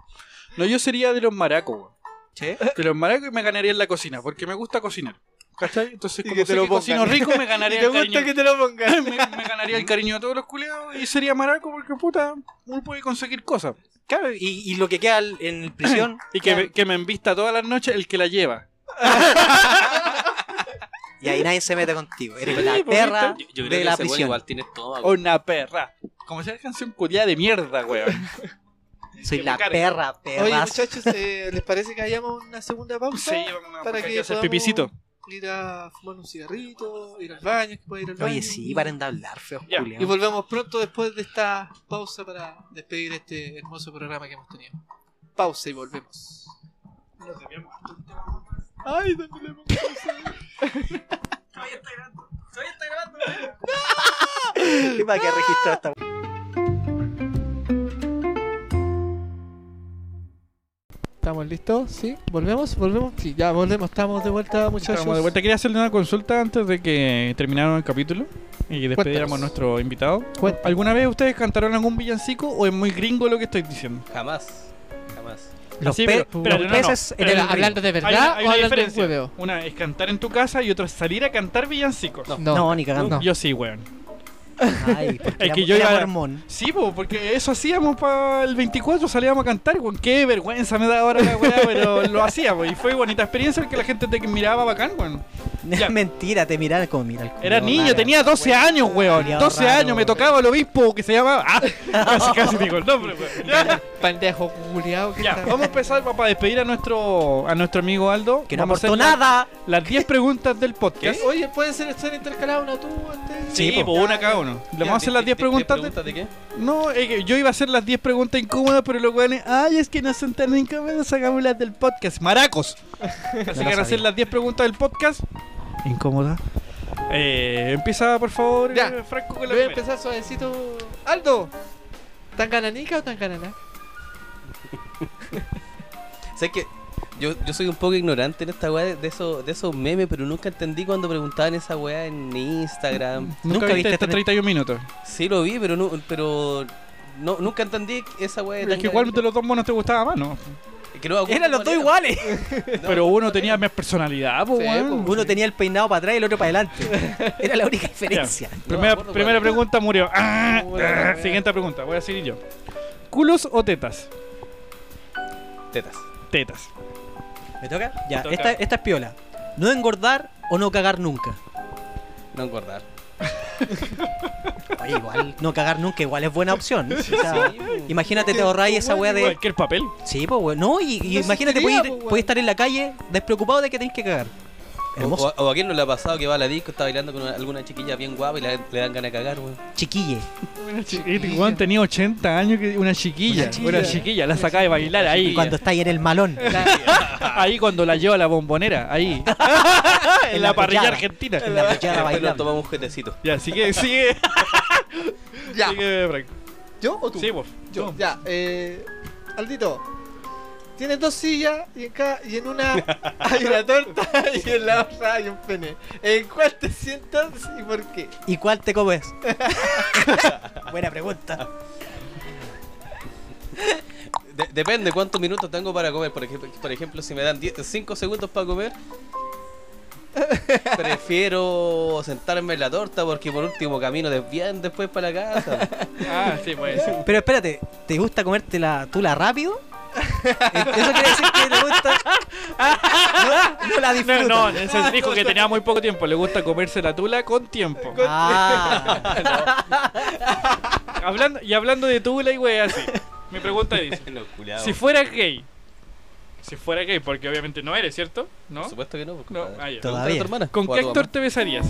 [SPEAKER 6] No, yo sería de los maracos, weón.
[SPEAKER 4] ¿Sí?
[SPEAKER 6] De los maracos y me ganaría en la cocina, porque me gusta cocinar. ¿Cachai? Entonces,
[SPEAKER 5] Y
[SPEAKER 6] como
[SPEAKER 5] que te
[SPEAKER 6] sé
[SPEAKER 5] lo
[SPEAKER 6] que cocino
[SPEAKER 5] pongan.
[SPEAKER 6] rico, me
[SPEAKER 5] ¿Y
[SPEAKER 6] ganaría
[SPEAKER 5] te
[SPEAKER 6] el
[SPEAKER 5] gusta
[SPEAKER 6] cariño.
[SPEAKER 5] que te lo pongan?
[SPEAKER 6] me, me ganaría el cariño de todos los culeados y sería maraco porque puta, uno puede conseguir cosas.
[SPEAKER 4] Claro, y, y lo que queda al- en prisión.
[SPEAKER 6] Y que, me-
[SPEAKER 4] queda-
[SPEAKER 6] que me invista todas las noches el que la lleva.
[SPEAKER 4] y ahí nadie se mete contigo. Eres
[SPEAKER 6] Sí,
[SPEAKER 4] la
[SPEAKER 6] pues,
[SPEAKER 4] perra
[SPEAKER 7] Yo, yo creo
[SPEAKER 4] de
[SPEAKER 7] que
[SPEAKER 4] la
[SPEAKER 7] ese weón
[SPEAKER 4] prisión.
[SPEAKER 7] igual tiene estómago.
[SPEAKER 6] Una perra. Como sea canción culiada de mierda, weón.
[SPEAKER 4] Soy
[SPEAKER 6] que me
[SPEAKER 4] la
[SPEAKER 6] cargue.
[SPEAKER 4] perra,
[SPEAKER 5] Oye,
[SPEAKER 4] perra.
[SPEAKER 5] muchachos, eh, ¿les parece que hayamos una segunda pausa?
[SPEAKER 6] Sí, vamos a-
[SPEAKER 5] para
[SPEAKER 6] hay
[SPEAKER 5] que
[SPEAKER 6] que hacer
[SPEAKER 5] podamos
[SPEAKER 6] pipicito.
[SPEAKER 5] ir a fumar un cigarrito, ir al baño, que pueda ir al baño.
[SPEAKER 4] Oye, sí, paren de hablar, feos
[SPEAKER 6] Ya,
[SPEAKER 5] Y
[SPEAKER 4] culiados.
[SPEAKER 5] volvemos pronto después de esta pausa para despedir este hermoso programa que hemos tenido. Pausa y volvemos. Ay, ¿dónde le hemos pasado?
[SPEAKER 4] Para que registrado esta
[SPEAKER 5] ¿Estamos listos? ¿Sí? ¿Volvemos? ¿Volvemos? Sí, ya volvemos. Estamos de vuelta, muchachos.
[SPEAKER 6] Estamos de vuelta. Quería hacerle una consulta antes de que termináramos el capítulo y
[SPEAKER 5] Cuéntanos.
[SPEAKER 6] despediéramos a nuestro invitado.
[SPEAKER 5] Cuéntanos.
[SPEAKER 6] ¿Alguna vez ustedes cantaron algún villancico o es muy gringo lo que estoy diciendo?
[SPEAKER 7] Jamás. Jamás.
[SPEAKER 4] Los,
[SPEAKER 6] Sí,
[SPEAKER 4] pe-
[SPEAKER 6] pero- pero
[SPEAKER 4] los
[SPEAKER 6] no, no.
[SPEAKER 4] peces en
[SPEAKER 6] Pero
[SPEAKER 4] el
[SPEAKER 6] la-
[SPEAKER 4] río.
[SPEAKER 6] hablando
[SPEAKER 5] de
[SPEAKER 6] Hay una- hay una diferencia. Una es cantar en tu casa y otra es salir a cantar villancicos.
[SPEAKER 4] No, ni cagando.
[SPEAKER 6] Yo sí, weón.
[SPEAKER 4] Ay, porque
[SPEAKER 6] Es que
[SPEAKER 4] era-
[SPEAKER 6] yo
[SPEAKER 4] era
[SPEAKER 6] iba-
[SPEAKER 4] mormón.
[SPEAKER 6] Sí, po, porque eso hacíamos para el 24, salíamos a cantar, weón. Qué vergüenza me da ahora la weá, pero lo hacíamos. Y fue bonita experiencia porque la gente te miraba bacán, weón. Ya.
[SPEAKER 4] Mentira, te miraba como mira el culo,
[SPEAKER 6] Era niño,
[SPEAKER 4] raro.
[SPEAKER 6] tenía 12 años, weón.
[SPEAKER 4] culiao
[SPEAKER 6] 12
[SPEAKER 4] raro,
[SPEAKER 6] años, me
[SPEAKER 4] weón.
[SPEAKER 6] tocaba el obispo que se llamaba. Ah, casi, casi digo el nombre, weón. Ya,
[SPEAKER 5] Pendejo culiao que
[SPEAKER 6] ya,
[SPEAKER 5] está-
[SPEAKER 6] vamos a empezar para despedir a nuestro a nuestro amigo Aldo.
[SPEAKER 4] Que no
[SPEAKER 6] Vamos a
[SPEAKER 4] aportó
[SPEAKER 6] hacer la-
[SPEAKER 4] nada.
[SPEAKER 6] Las 10 preguntas del podcast.
[SPEAKER 5] Oye, ¿pueden ser estar intercalados una tú? Este?
[SPEAKER 6] Sí,
[SPEAKER 4] Sí, po.
[SPEAKER 6] po, una cada uno. Le vamos a hacer las 10 preguntas. de-
[SPEAKER 7] de qué?
[SPEAKER 6] No, es que yo iba a hacer las 10 preguntas incómodas, pero los weones, ay, es que no son tan incómodas, hagamos las del podcast. Maracos. Así que van a hacer las 10 preguntas del podcast. Incómoda. Eh, empieza, por favor,
[SPEAKER 5] Ya.
[SPEAKER 6] eh, Franco, con la
[SPEAKER 5] Voy a
[SPEAKER 6] primera.
[SPEAKER 5] empezar suavecito. ¡Aldo! ¿Tan gananica o tan ganana?
[SPEAKER 7] ¿Sabes que yo, yo soy un poco ignorante en esta weá de, de eso, de esos memes, pero nunca entendí cuando preguntaban esa weá en Instagram.
[SPEAKER 6] Nunca,
[SPEAKER 4] Nunca
[SPEAKER 6] viste este
[SPEAKER 4] viste
[SPEAKER 6] estos
[SPEAKER 4] tener-
[SPEAKER 6] 31 minutos.
[SPEAKER 7] Sí lo vi, pero no, pero no, nunca entendí esa weá de
[SPEAKER 6] Es que
[SPEAKER 7] Tanga
[SPEAKER 6] igual
[SPEAKER 7] Grande.
[SPEAKER 6] de los dos monos te gustaba más, ¿no?
[SPEAKER 7] Que no me acuerdo
[SPEAKER 4] Eran los
[SPEAKER 7] cuál
[SPEAKER 4] dos
[SPEAKER 7] era.
[SPEAKER 4] iguales.
[SPEAKER 7] No,
[SPEAKER 6] Pero uno tenía más personalidad, po,
[SPEAKER 5] Sí,
[SPEAKER 6] weón.
[SPEAKER 5] po.
[SPEAKER 4] Uno tenía el peinado para atrás y el otro para adelante. Era la única diferencia.
[SPEAKER 6] Primera,
[SPEAKER 7] acuerdo cuál
[SPEAKER 6] primera
[SPEAKER 7] era.
[SPEAKER 6] pregunta murió. Ah,
[SPEAKER 5] Bueno,
[SPEAKER 6] ah,
[SPEAKER 5] weón.
[SPEAKER 6] siguiente pregunta, voy a seguir yo. ¿Culos o tetas?
[SPEAKER 7] Tetas.
[SPEAKER 6] Tetas.
[SPEAKER 4] ¿Me toca? Ya,
[SPEAKER 6] toca.
[SPEAKER 4] Esta, esta es piola. No engordar o no cagar nunca.
[SPEAKER 7] No engordar.
[SPEAKER 4] Oye, igual, no cagar nunca, igual es buena opción. O sea,
[SPEAKER 7] Sí, po.
[SPEAKER 4] imagínate, te ahorráis esa weá de.
[SPEAKER 6] Cualquier papel.
[SPEAKER 4] Sí, pues, weón. No, y, y
[SPEAKER 5] No
[SPEAKER 4] imagínate,
[SPEAKER 5] existiría,
[SPEAKER 4] podéis ir-
[SPEAKER 5] po, weón.
[SPEAKER 4] podéis estar en la calle despreocupado de que tenéis que cagar.
[SPEAKER 7] O,
[SPEAKER 4] Hermoso.
[SPEAKER 7] o a quién no le ha pasado que va a la disco, está bailando con una- alguna chiquilla bien guapa y le, le dan ganas de cagar, weón.
[SPEAKER 4] Chiquille.
[SPEAKER 6] Este weón tenía 80 años, que una chiquilla, una chiquilla, la sacaba de bailar ahí.
[SPEAKER 4] Cuando estáis en el malón.
[SPEAKER 6] ahí cuando la lleva a la bombonera, ahí. en la
[SPEAKER 4] la
[SPEAKER 6] parrilla
[SPEAKER 4] pechada.
[SPEAKER 6] argentina.
[SPEAKER 4] En la
[SPEAKER 7] Ya
[SPEAKER 4] pechada
[SPEAKER 7] nos
[SPEAKER 4] bailando.
[SPEAKER 7] tomamos un jetecito.
[SPEAKER 6] Ya, sigue, sigue.
[SPEAKER 5] Ya.
[SPEAKER 6] Sigue, Frank.
[SPEAKER 5] ¿Yo o tú?
[SPEAKER 6] Sí, vos.
[SPEAKER 5] Yo,
[SPEAKER 6] Tú.
[SPEAKER 5] ya. Eh, Aldito. Tienes dos sillas y en, cada, y en una hay una torta y en la otra hay un pene. ¿En cuál te sientas y por qué?
[SPEAKER 4] ¿Y cuál te comes? Buena pregunta.
[SPEAKER 7] De- depende cuántos minutos tengo para comer. Por ejemplo, por ejemplo si me dan 5 segundos para comer, prefiero sentarme en la torta porque por último camino desvían después para la casa.
[SPEAKER 6] Ah, sí, puede ser.
[SPEAKER 4] Pero espérate, ¿te gusta comerte la tula rápido? Eh, Eso quiere decir que te gusta. No, no la
[SPEAKER 6] No,
[SPEAKER 4] disfrutas.
[SPEAKER 6] no, se dijo que tenía muy poco tiempo. Le gusta comerse la tula con tiempo.
[SPEAKER 4] Ah,
[SPEAKER 6] Hablando, y hablando de tula y wey, así. Mi pregunta dice:
[SPEAKER 7] Los culiados.
[SPEAKER 6] Si fueras gay, si fueras gay, porque obviamente no eres, ¿cierto? ¿No?
[SPEAKER 7] Por supuesto que no. pues, Porque
[SPEAKER 6] No, ah, ya.
[SPEAKER 4] Todavía.
[SPEAKER 6] ¿Con qué actor te besarías?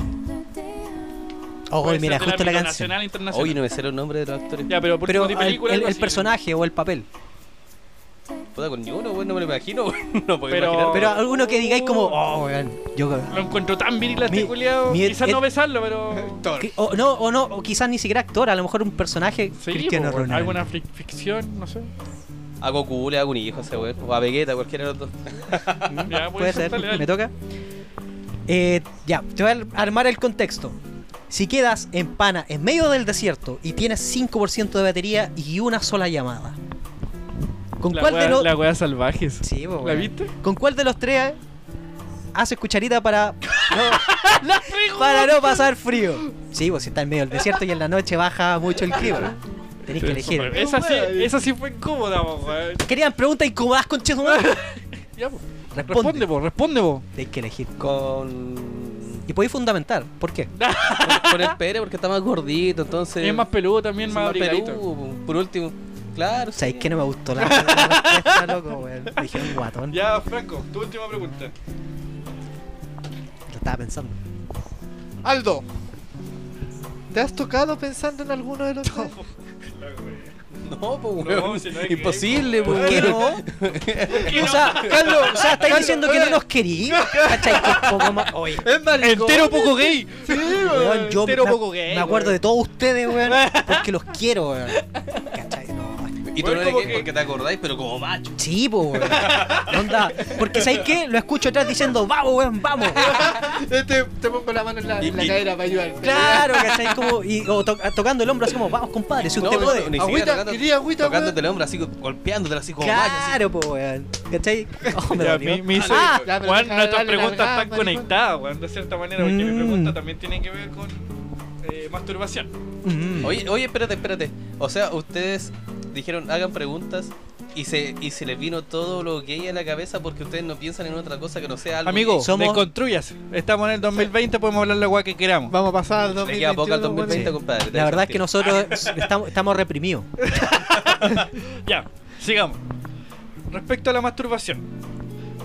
[SPEAKER 4] oh,
[SPEAKER 6] Puede
[SPEAKER 4] mira,
[SPEAKER 6] ser del
[SPEAKER 4] justo la
[SPEAKER 6] ámbito
[SPEAKER 4] canción.
[SPEAKER 6] Nacional, internacional.
[SPEAKER 7] Hoy no me sé los nombres de los actores.
[SPEAKER 6] Ya, pero por
[SPEAKER 4] Pero
[SPEAKER 6] último,
[SPEAKER 4] el,
[SPEAKER 6] de película,
[SPEAKER 4] el-
[SPEAKER 6] algo
[SPEAKER 4] el
[SPEAKER 6] así.
[SPEAKER 4] personaje o el papel.
[SPEAKER 7] Puta, con ninguno, weón, no me lo imagino, weón. No puedo
[SPEAKER 6] Pero-
[SPEAKER 7] imaginar.
[SPEAKER 4] Pero alguno que digáis como, oh, weón, yo.
[SPEAKER 6] Lo encuentro tan viril a este
[SPEAKER 4] Mi-
[SPEAKER 6] culiao.
[SPEAKER 4] mi-
[SPEAKER 6] Quizás
[SPEAKER 4] et-
[SPEAKER 6] no besarlo, pero.
[SPEAKER 4] que- o no, o no, o quizás ni siquiera actor, a lo mejor un personaje
[SPEAKER 6] Sí,
[SPEAKER 4] cristiano
[SPEAKER 6] po,
[SPEAKER 4] Ronaldo.
[SPEAKER 6] alguna fic- ficción, no sé.
[SPEAKER 7] A Goku le hago un hijo a ese weón. O a Vegeta, cualquiera de los dos.
[SPEAKER 6] Ya,
[SPEAKER 4] Ah, Puede ser,
[SPEAKER 6] dale, dale.
[SPEAKER 4] me toca. Eh, ya, te voy a ar- armar el contexto. Si quedas en pana en medio del desierto y tienes 5% de batería y una sola llamada, ¿con
[SPEAKER 6] La
[SPEAKER 4] cuál
[SPEAKER 6] wea-
[SPEAKER 4] de los
[SPEAKER 6] La wea salvajes.
[SPEAKER 4] Sí, po,
[SPEAKER 6] ¿La
[SPEAKER 4] weón.
[SPEAKER 6] viste?
[SPEAKER 4] ¿Con cuál de los tres haces cucharita para no, para no pasar frío? Sí, vos si está en medio del desierto y en la noche baja mucho el clima. Tenés que elegir.
[SPEAKER 6] Esa sí, esa sí fue incómoda, po, weón.
[SPEAKER 4] Querían preguntas incómodas, conches
[SPEAKER 6] Ya, po. Responde
[SPEAKER 4] Responde.
[SPEAKER 6] vos, responde vos.
[SPEAKER 4] Tenés que elegir.
[SPEAKER 7] Con.
[SPEAKER 4] Y podéis fundamentar. ¿Por qué?
[SPEAKER 7] Con el Pere porque está más gordito, entonces.
[SPEAKER 6] Es más peludo también,
[SPEAKER 7] sí,
[SPEAKER 6] más
[SPEAKER 7] peludo,
[SPEAKER 6] abrigadito.
[SPEAKER 7] po. Por último. Claro. sí.
[SPEAKER 4] ¿Sabéis que no me gustó la respuesta, loco, weón? Dije un guatón. Lo
[SPEAKER 6] Ya, Franco, tu última pregunta.
[SPEAKER 4] estaba pensando.
[SPEAKER 5] Aldo, ¿te has tocado pensando en alguno de los tres?
[SPEAKER 7] No, po,
[SPEAKER 6] No,
[SPEAKER 7] weón.
[SPEAKER 6] si no es gay,
[SPEAKER 7] Imposible,
[SPEAKER 6] po,
[SPEAKER 7] po.
[SPEAKER 4] ¿Por qué no? O sea, Carlos, o sea, estáis diciendo que no nos querís. ¿Cachai? Que un poco más. Oye,
[SPEAKER 5] Es
[SPEAKER 6] Entero poco gay.
[SPEAKER 4] Weón, yo
[SPEAKER 6] entero
[SPEAKER 4] me,
[SPEAKER 6] poco gay,
[SPEAKER 4] me acuerdo de todos ustedes, weón, porque los quiero, weón. ¿Cachai? No.
[SPEAKER 7] Y tú
[SPEAKER 6] Weón,
[SPEAKER 7] no
[SPEAKER 6] como
[SPEAKER 7] eres
[SPEAKER 6] que-
[SPEAKER 7] gay porque te acordáis, pero como macho.
[SPEAKER 4] Sí, po, weón. Onda. Porque ¿sabes qué? Lo escucho atrás diciendo, vamos, weón, vamos.
[SPEAKER 5] Te, te pongo la mano en la, en la
[SPEAKER 7] Y- y-
[SPEAKER 5] cadera para ayudarte.
[SPEAKER 4] Claro, ¿cachai? Como, y, o to- tocando el hombro así como, vamos, compadre, si usted puede.
[SPEAKER 7] ni siquiera
[SPEAKER 5] Agüita,
[SPEAKER 7] tocando-
[SPEAKER 5] quería agüita,
[SPEAKER 7] Tocándote el hombro así, golpeándotela así como macho. así.
[SPEAKER 4] Claro, po, weón. ¿Cachai? Oh, me
[SPEAKER 6] Ya,
[SPEAKER 4] dolió.
[SPEAKER 6] mi- mi-
[SPEAKER 4] Ah,
[SPEAKER 5] Ya, pero
[SPEAKER 6] Juan,
[SPEAKER 5] deja de
[SPEAKER 6] nuestras
[SPEAKER 5] darle
[SPEAKER 6] preguntas
[SPEAKER 5] largada, maricón.
[SPEAKER 6] están conectadas, weón, de cierta manera, porque mi
[SPEAKER 4] Mm.
[SPEAKER 6] pregunta también tiene que ver con eh, masturbación.
[SPEAKER 4] mm.
[SPEAKER 7] Oye, oye, espérate, espérate. O sea, ustedes dijeron hagan preguntas y se y se les vino todo lo gay a la cabeza porque ustedes no piensan en otra cosa que no sea algo.
[SPEAKER 6] Amigo,
[SPEAKER 7] gay.
[SPEAKER 4] Somos-
[SPEAKER 6] desconstruyase. Estamos en el 2020, podemos hablar la weá que queramos.
[SPEAKER 5] Vamos a pasar al
[SPEAKER 7] le queda poco al 2020,
[SPEAKER 5] bueno.
[SPEAKER 7] compadre.
[SPEAKER 4] la verdad es que nosotros estamos, estamos reprimidos.
[SPEAKER 6] Ya, sigamos. Respecto a la masturbación,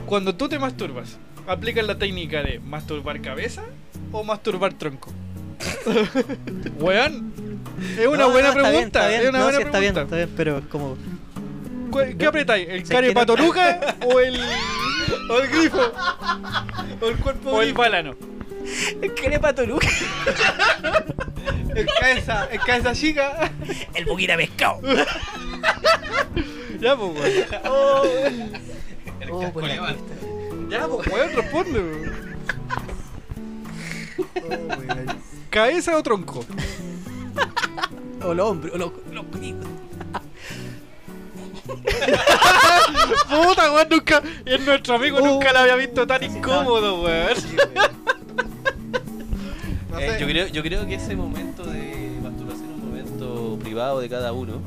[SPEAKER 6] cuando tú te masturbas, ¿aplicas la técnica de masturbar cabeza o masturbar tronco? weón, es una
[SPEAKER 4] No, no,
[SPEAKER 6] buena
[SPEAKER 4] está bien,
[SPEAKER 6] pregunta.
[SPEAKER 4] está bien.
[SPEAKER 6] es una
[SPEAKER 4] No,
[SPEAKER 6] buena
[SPEAKER 4] sí, está bien, está
[SPEAKER 6] pregunta.
[SPEAKER 4] bien, pero es como.
[SPEAKER 6] ¿Cuál- ¿Qué apretáis? ¿El
[SPEAKER 4] sea, que no-
[SPEAKER 6] carepatoluca o el,
[SPEAKER 5] O el grifo. O el cuerpo
[SPEAKER 6] o el
[SPEAKER 5] grifo.
[SPEAKER 6] balano?
[SPEAKER 4] Crepa Toluca.
[SPEAKER 5] El cabeza, el cabeza chica.
[SPEAKER 4] El buquita pescado.
[SPEAKER 6] Ya, pues, weón.
[SPEAKER 4] Oh, pues, la-
[SPEAKER 6] Ya, pues, weón, responde, weón. ¿Cabeza o tronco?
[SPEAKER 4] o los hombros, o los, los penitos.
[SPEAKER 6] Puta, weón, nunca. Es nuestro amigo, nunca lo había visto tan incómodo, weón.
[SPEAKER 5] No
[SPEAKER 7] Eh,
[SPEAKER 5] sé.
[SPEAKER 7] yo, creo, yo creo que ese momento de masturbación es un momento privado de cada uno.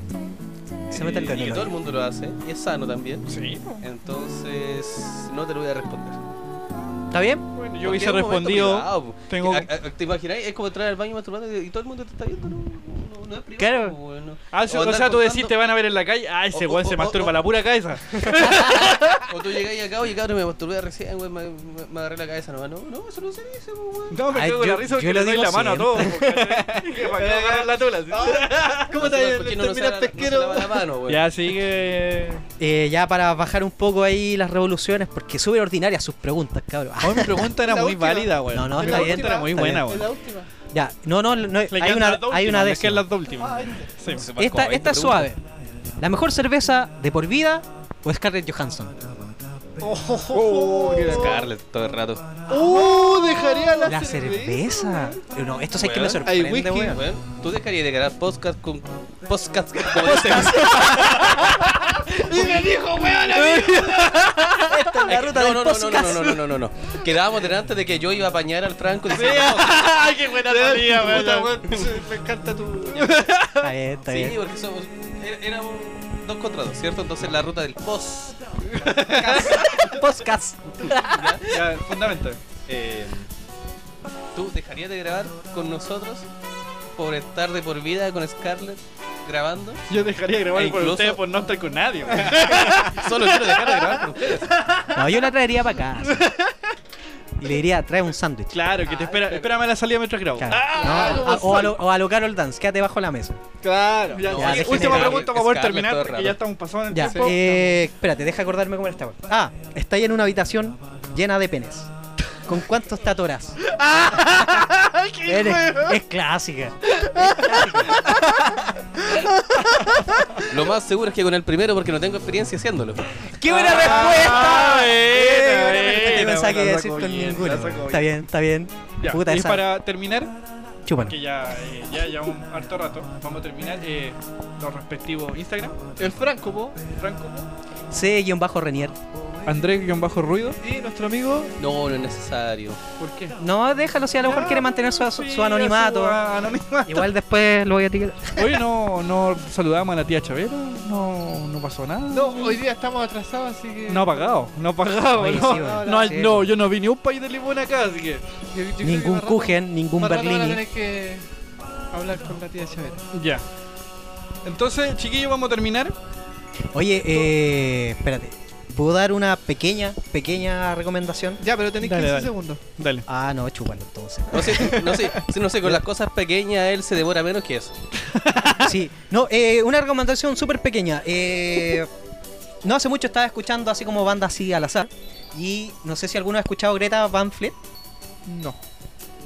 [SPEAKER 4] Se mete el
[SPEAKER 7] Eh,
[SPEAKER 4] dedo en
[SPEAKER 7] Y
[SPEAKER 4] el
[SPEAKER 7] que todo el
[SPEAKER 4] hoyo.
[SPEAKER 7] mundo lo hace. Y es sano también.
[SPEAKER 6] Sí, pues,
[SPEAKER 7] Entonces, no te lo voy a responder.
[SPEAKER 4] ¿Está bien?
[SPEAKER 6] bueno,
[SPEAKER 7] Porque
[SPEAKER 6] yo
[SPEAKER 7] es
[SPEAKER 6] hubiese
[SPEAKER 7] un momento
[SPEAKER 6] respondido.
[SPEAKER 7] privado, po.
[SPEAKER 6] tengo-
[SPEAKER 7] A- a- ¿Te imagináis? Es como entrar al baño masturbando y todo el mundo te está viendo. No, no, no es privado.
[SPEAKER 4] Claro.
[SPEAKER 7] po, weón, no.
[SPEAKER 6] Ah, sí,
[SPEAKER 7] O
[SPEAKER 6] o,
[SPEAKER 7] andar
[SPEAKER 6] sea, tú decís,
[SPEAKER 7] contando-
[SPEAKER 6] te van a ver en la calle. Ah, ese
[SPEAKER 7] O-
[SPEAKER 6] weón
[SPEAKER 7] o-
[SPEAKER 6] se
[SPEAKER 7] o-
[SPEAKER 6] masturba
[SPEAKER 7] o-
[SPEAKER 6] la pura cabeza.
[SPEAKER 7] O tú llegáis acá, oye cabrón, me masturbé recién, güey, me, me- me agarré la cabeza nomás. No, no, eso no se dice, po, güey.
[SPEAKER 6] No, me
[SPEAKER 4] Ay,
[SPEAKER 6] quedo con
[SPEAKER 4] yo-
[SPEAKER 6] la risa porque
[SPEAKER 4] yo
[SPEAKER 6] le
[SPEAKER 4] lo
[SPEAKER 6] doy
[SPEAKER 4] digo
[SPEAKER 6] la mano a todos. porque- que para que no agarren la tula, sí.
[SPEAKER 5] Ah, ¿Cómo
[SPEAKER 7] No sé
[SPEAKER 5] te
[SPEAKER 7] por qué no nos
[SPEAKER 5] terminas
[SPEAKER 7] lava- no se
[SPEAKER 5] pesquero?
[SPEAKER 7] lava la mano, güey.
[SPEAKER 6] Ya, sigue.
[SPEAKER 4] Eh, ya para bajar un poco ahí las revoluciones, porque súper ordinarias sus preguntas, cabrón.
[SPEAKER 6] Hoy mi pregunta era
[SPEAKER 5] La
[SPEAKER 6] muy
[SPEAKER 5] última.
[SPEAKER 6] válida, weón.
[SPEAKER 4] No, no,
[SPEAKER 6] Mi
[SPEAKER 4] está bien,
[SPEAKER 6] pregunta era muy
[SPEAKER 4] está
[SPEAKER 6] buena,
[SPEAKER 5] Es
[SPEAKER 6] weón.
[SPEAKER 5] la última.
[SPEAKER 4] Ya, no, no, no,
[SPEAKER 6] Le
[SPEAKER 4] hay
[SPEAKER 6] quedan
[SPEAKER 4] una,
[SPEAKER 6] las dos
[SPEAKER 4] hay una
[SPEAKER 6] últimas,
[SPEAKER 4] de
[SPEAKER 6] le quedan las dos últimas. Sí.
[SPEAKER 4] Esta, esta es suave. ¿La mejor cerveza de por vida o Scarlett Johansson?
[SPEAKER 6] Oh,
[SPEAKER 7] Scarlett todo el rato.
[SPEAKER 5] Uh, dejaría la,
[SPEAKER 4] La cerveza. No, esto sí que me
[SPEAKER 7] Weón,
[SPEAKER 5] hay
[SPEAKER 4] sorprende,
[SPEAKER 5] whisky,
[SPEAKER 4] weón.
[SPEAKER 7] Güey, tú dejarías de ganar podcast con. Podcast. como dicen.
[SPEAKER 5] Y me dijo, weón,
[SPEAKER 4] Esta es la ruta
[SPEAKER 7] no,
[SPEAKER 4] del
[SPEAKER 7] no, no, no,
[SPEAKER 4] podcast.
[SPEAKER 7] no, no, no, no, no, no. Quedábamos delante de que yo iba a apañar al Franco. diciendo,
[SPEAKER 6] Ay, qué buena salida,
[SPEAKER 5] puta,
[SPEAKER 6] weón.
[SPEAKER 5] weón. Me encanta tu.
[SPEAKER 4] Está bien, está
[SPEAKER 7] sí,
[SPEAKER 4] bien.
[SPEAKER 7] porque somos. er- Éramos dos contra dos, ¿cierto? Entonces la ruta del post.
[SPEAKER 4] Podcast.
[SPEAKER 6] Ya, fundamental.
[SPEAKER 7] Eh, ¿Tú dejarías de grabar con nosotros por estar de por vida con Scarlett grabando?
[SPEAKER 6] Yo dejaría de grabar
[SPEAKER 7] E
[SPEAKER 6] por
[SPEAKER 7] incluso-
[SPEAKER 6] ustedes por no estar con nadie. weón.
[SPEAKER 7] Solo quiero dejar de grabar con ustedes.
[SPEAKER 4] No, yo la traería para acá. Y le diría, trae un sándwich.
[SPEAKER 6] Claro, que te espera. Espérame a la salida mientras grabo. Ah,
[SPEAKER 4] Claro. No, a- o, a lo, o a lo Carol Dance, quédate bajo la mesa.
[SPEAKER 5] Claro.
[SPEAKER 6] Ya,
[SPEAKER 7] No,
[SPEAKER 6] oye,
[SPEAKER 4] dejen
[SPEAKER 6] última
[SPEAKER 4] de-
[SPEAKER 6] pregunta para poder
[SPEAKER 7] Scarlett, todo
[SPEAKER 6] terminar,
[SPEAKER 7] el
[SPEAKER 6] porque
[SPEAKER 7] rato.
[SPEAKER 6] ya estamos pasados en el
[SPEAKER 4] Ya,
[SPEAKER 6] tiempo.
[SPEAKER 4] eh, espérate, deja acordarme cómo era esta parte. Ah, está ahí en una habitación llena de penes. ¿Con cuántos tatuajes? es, es clásica. Es clásica.
[SPEAKER 7] Lo más seguro es que con el primero porque no tengo experiencia haciéndolo.
[SPEAKER 4] ¡Qué buena
[SPEAKER 6] Ah,
[SPEAKER 4] respuesta!
[SPEAKER 6] buena,
[SPEAKER 4] ¡Eh, buena
[SPEAKER 6] buena,
[SPEAKER 4] respuesta! Yo pensaba que
[SPEAKER 6] buena,
[SPEAKER 4] iba a
[SPEAKER 6] la
[SPEAKER 4] decir
[SPEAKER 6] sacó
[SPEAKER 4] con
[SPEAKER 6] bien, la sacó
[SPEAKER 4] ninguno. Está bien, está bien.
[SPEAKER 6] Ya,
[SPEAKER 4] Puta
[SPEAKER 6] y
[SPEAKER 4] esa.
[SPEAKER 6] para terminar,
[SPEAKER 4] Chúpalo.
[SPEAKER 6] que ya, eh, ya llevamos harto rato, vamos a terminar eh, los respectivos Instagram. El Franco, po, Franco, po.
[SPEAKER 4] C-Renier.
[SPEAKER 6] Andrés-ruido y nuestro amigo...
[SPEAKER 7] No, no es necesario.
[SPEAKER 6] ¿Por qué?
[SPEAKER 4] No, déjalo, si a lo mejor quiere mantener su, su-
[SPEAKER 6] Sí,
[SPEAKER 4] su anonimato.
[SPEAKER 6] Ah, su anonimato.
[SPEAKER 4] Igual después lo voy a etiquetar.
[SPEAKER 6] Oye, no, no saludamos a la tía Chavera, no, no pasó nada.
[SPEAKER 5] No, hoy día estamos atrasados, así que.
[SPEAKER 6] No ha pagado, no ha pagado.
[SPEAKER 4] Oye,
[SPEAKER 6] no,
[SPEAKER 4] sí, bueno.
[SPEAKER 6] no, hay-
[SPEAKER 4] Sí,
[SPEAKER 6] no, yo no vi ni un país de limón acá, así que.
[SPEAKER 5] Yo- yo creo que
[SPEAKER 4] Ningún
[SPEAKER 5] más rato-
[SPEAKER 4] Kuchen, ningún
[SPEAKER 5] más rato van a
[SPEAKER 4] Berlini.
[SPEAKER 5] tener que hablar con la tía Chavera.
[SPEAKER 6] Ya. Entonces, chiquillos, vamos a terminar.
[SPEAKER 4] Oye, eh, espérate. ¿Puedo dar una pequeña, pequeña recomendación?
[SPEAKER 5] Ya, pero tenéis
[SPEAKER 6] Dale,
[SPEAKER 5] 15
[SPEAKER 6] dale.
[SPEAKER 5] segundos.
[SPEAKER 6] Dale.
[SPEAKER 4] Ah, no, chúpalo entonces.
[SPEAKER 7] No sé, no sé, sí, no sé, con las cosas pequeñas él se devora menos que eso.
[SPEAKER 4] Sí, no, eh, una recomendación súper pequeña. Eh, no hace mucho estaba escuchando así como banda así al azar. Y no sé si alguno ha escuchado Greta Van Fleet.
[SPEAKER 6] No.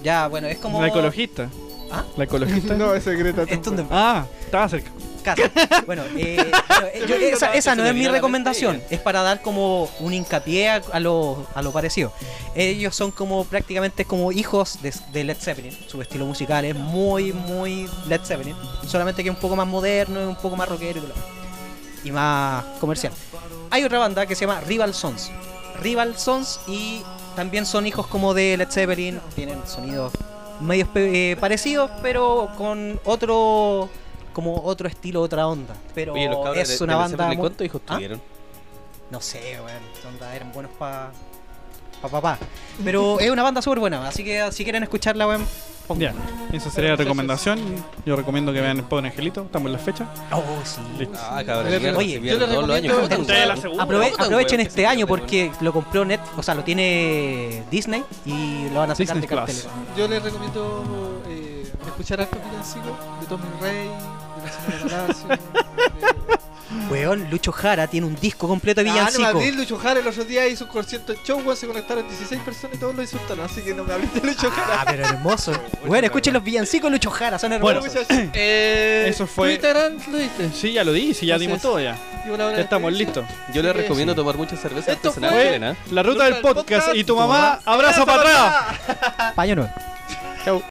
[SPEAKER 4] Ya, bueno, es como.
[SPEAKER 6] La ecologista.
[SPEAKER 4] ¿Ah?
[SPEAKER 6] La ecologista.
[SPEAKER 5] es secreta.
[SPEAKER 4] Es donde-
[SPEAKER 6] Ah, estaba cerca.
[SPEAKER 4] Casi. Bueno, eh, bueno, eh, yo- esa, esa no es mi recomendación. Es para dar como un hincapié a, a lo, a lo parecido. Ellos son como prácticamente como hijos de, de Led Zeppelin. Su estilo musical es muy, muy Led Zeppelin. Solamente que un poco más moderno, un poco más rockero y todo lo demás. y más comercial. Hay otra banda que se llama Rival Sons. Rival Sons y también son hijos como de Led Zeppelin. Tienen sonidos medios pe- eh, parecidos, pero con otro como otro estilo, otra onda. Pero
[SPEAKER 7] Oye, los cabros
[SPEAKER 4] es
[SPEAKER 7] de-
[SPEAKER 4] una
[SPEAKER 7] de
[SPEAKER 4] banda.
[SPEAKER 7] Zeppelin,
[SPEAKER 4] muy-
[SPEAKER 7] ¿Cuántos hijos
[SPEAKER 4] ¿Ah?
[SPEAKER 7] tuvieron?
[SPEAKER 4] No sé, weón. Onda, eran buenos pa. pa papá. Pero es una banda súper buena, así que si quieren escucharla, weón,
[SPEAKER 6] Ya.
[SPEAKER 4] pongan.
[SPEAKER 6] Esa sería la recomendación. Yo recomiendo que vean el Pobre Angelito. Estamos en la fecha.
[SPEAKER 4] Oh, sí.
[SPEAKER 6] Listo.
[SPEAKER 7] Ah, cabrón.
[SPEAKER 5] Oye,
[SPEAKER 7] mierda,
[SPEAKER 4] yo le
[SPEAKER 7] se pierden todos los años.
[SPEAKER 5] recomiendo-
[SPEAKER 7] Puta,
[SPEAKER 6] Ustedes la
[SPEAKER 7] weón.
[SPEAKER 6] segunda.
[SPEAKER 4] Aprove-
[SPEAKER 7] Uh, Puta,
[SPEAKER 4] aprovechen
[SPEAKER 7] weón, que se
[SPEAKER 4] este año
[SPEAKER 7] pierde, weón.
[SPEAKER 4] porque lo compró Net, o sea, lo tiene Disney y lo van a sacar
[SPEAKER 6] Disney
[SPEAKER 4] de
[SPEAKER 6] Plus.
[SPEAKER 4] cartelera.
[SPEAKER 5] Yo les recomiendo eh, escuchar harto villancicos de Tommy Rey, de la señora Palacio. de-
[SPEAKER 4] Weón, Lucho Jara tiene un disco completo
[SPEAKER 6] este
[SPEAKER 4] de
[SPEAKER 5] Ah, no me
[SPEAKER 4] villancico.
[SPEAKER 5] hablé, Lucho Jara el otro día hizo un concierto en show, weón, se conectaron 16 personas y todos lo insultaron, así que no me hables de Lucho Jara.
[SPEAKER 4] Ah, pero hermoso. Weón, escuchen los villancicos de Lucho Jara, son
[SPEAKER 6] Bueno,
[SPEAKER 4] hermosos.
[SPEAKER 5] Muchachos, eh,
[SPEAKER 6] eso fue-
[SPEAKER 5] Twitter, ¿lo diste?
[SPEAKER 6] Sí, ya lo di, sí, ya
[SPEAKER 5] Entonces,
[SPEAKER 6] dimos todo ya.
[SPEAKER 5] Digo la hora
[SPEAKER 6] Ya
[SPEAKER 5] de
[SPEAKER 6] estamos
[SPEAKER 5] despedida.
[SPEAKER 6] listos.
[SPEAKER 7] Yo les
[SPEAKER 5] Sí,
[SPEAKER 7] recomiendo tomar mucha cerveza
[SPEAKER 5] Esto
[SPEAKER 7] artesanal
[SPEAKER 5] fue-
[SPEAKER 7] chilena.
[SPEAKER 6] La ruta del podcast y tu mamá abraza para atrás.
[SPEAKER 4] Paño nuevo.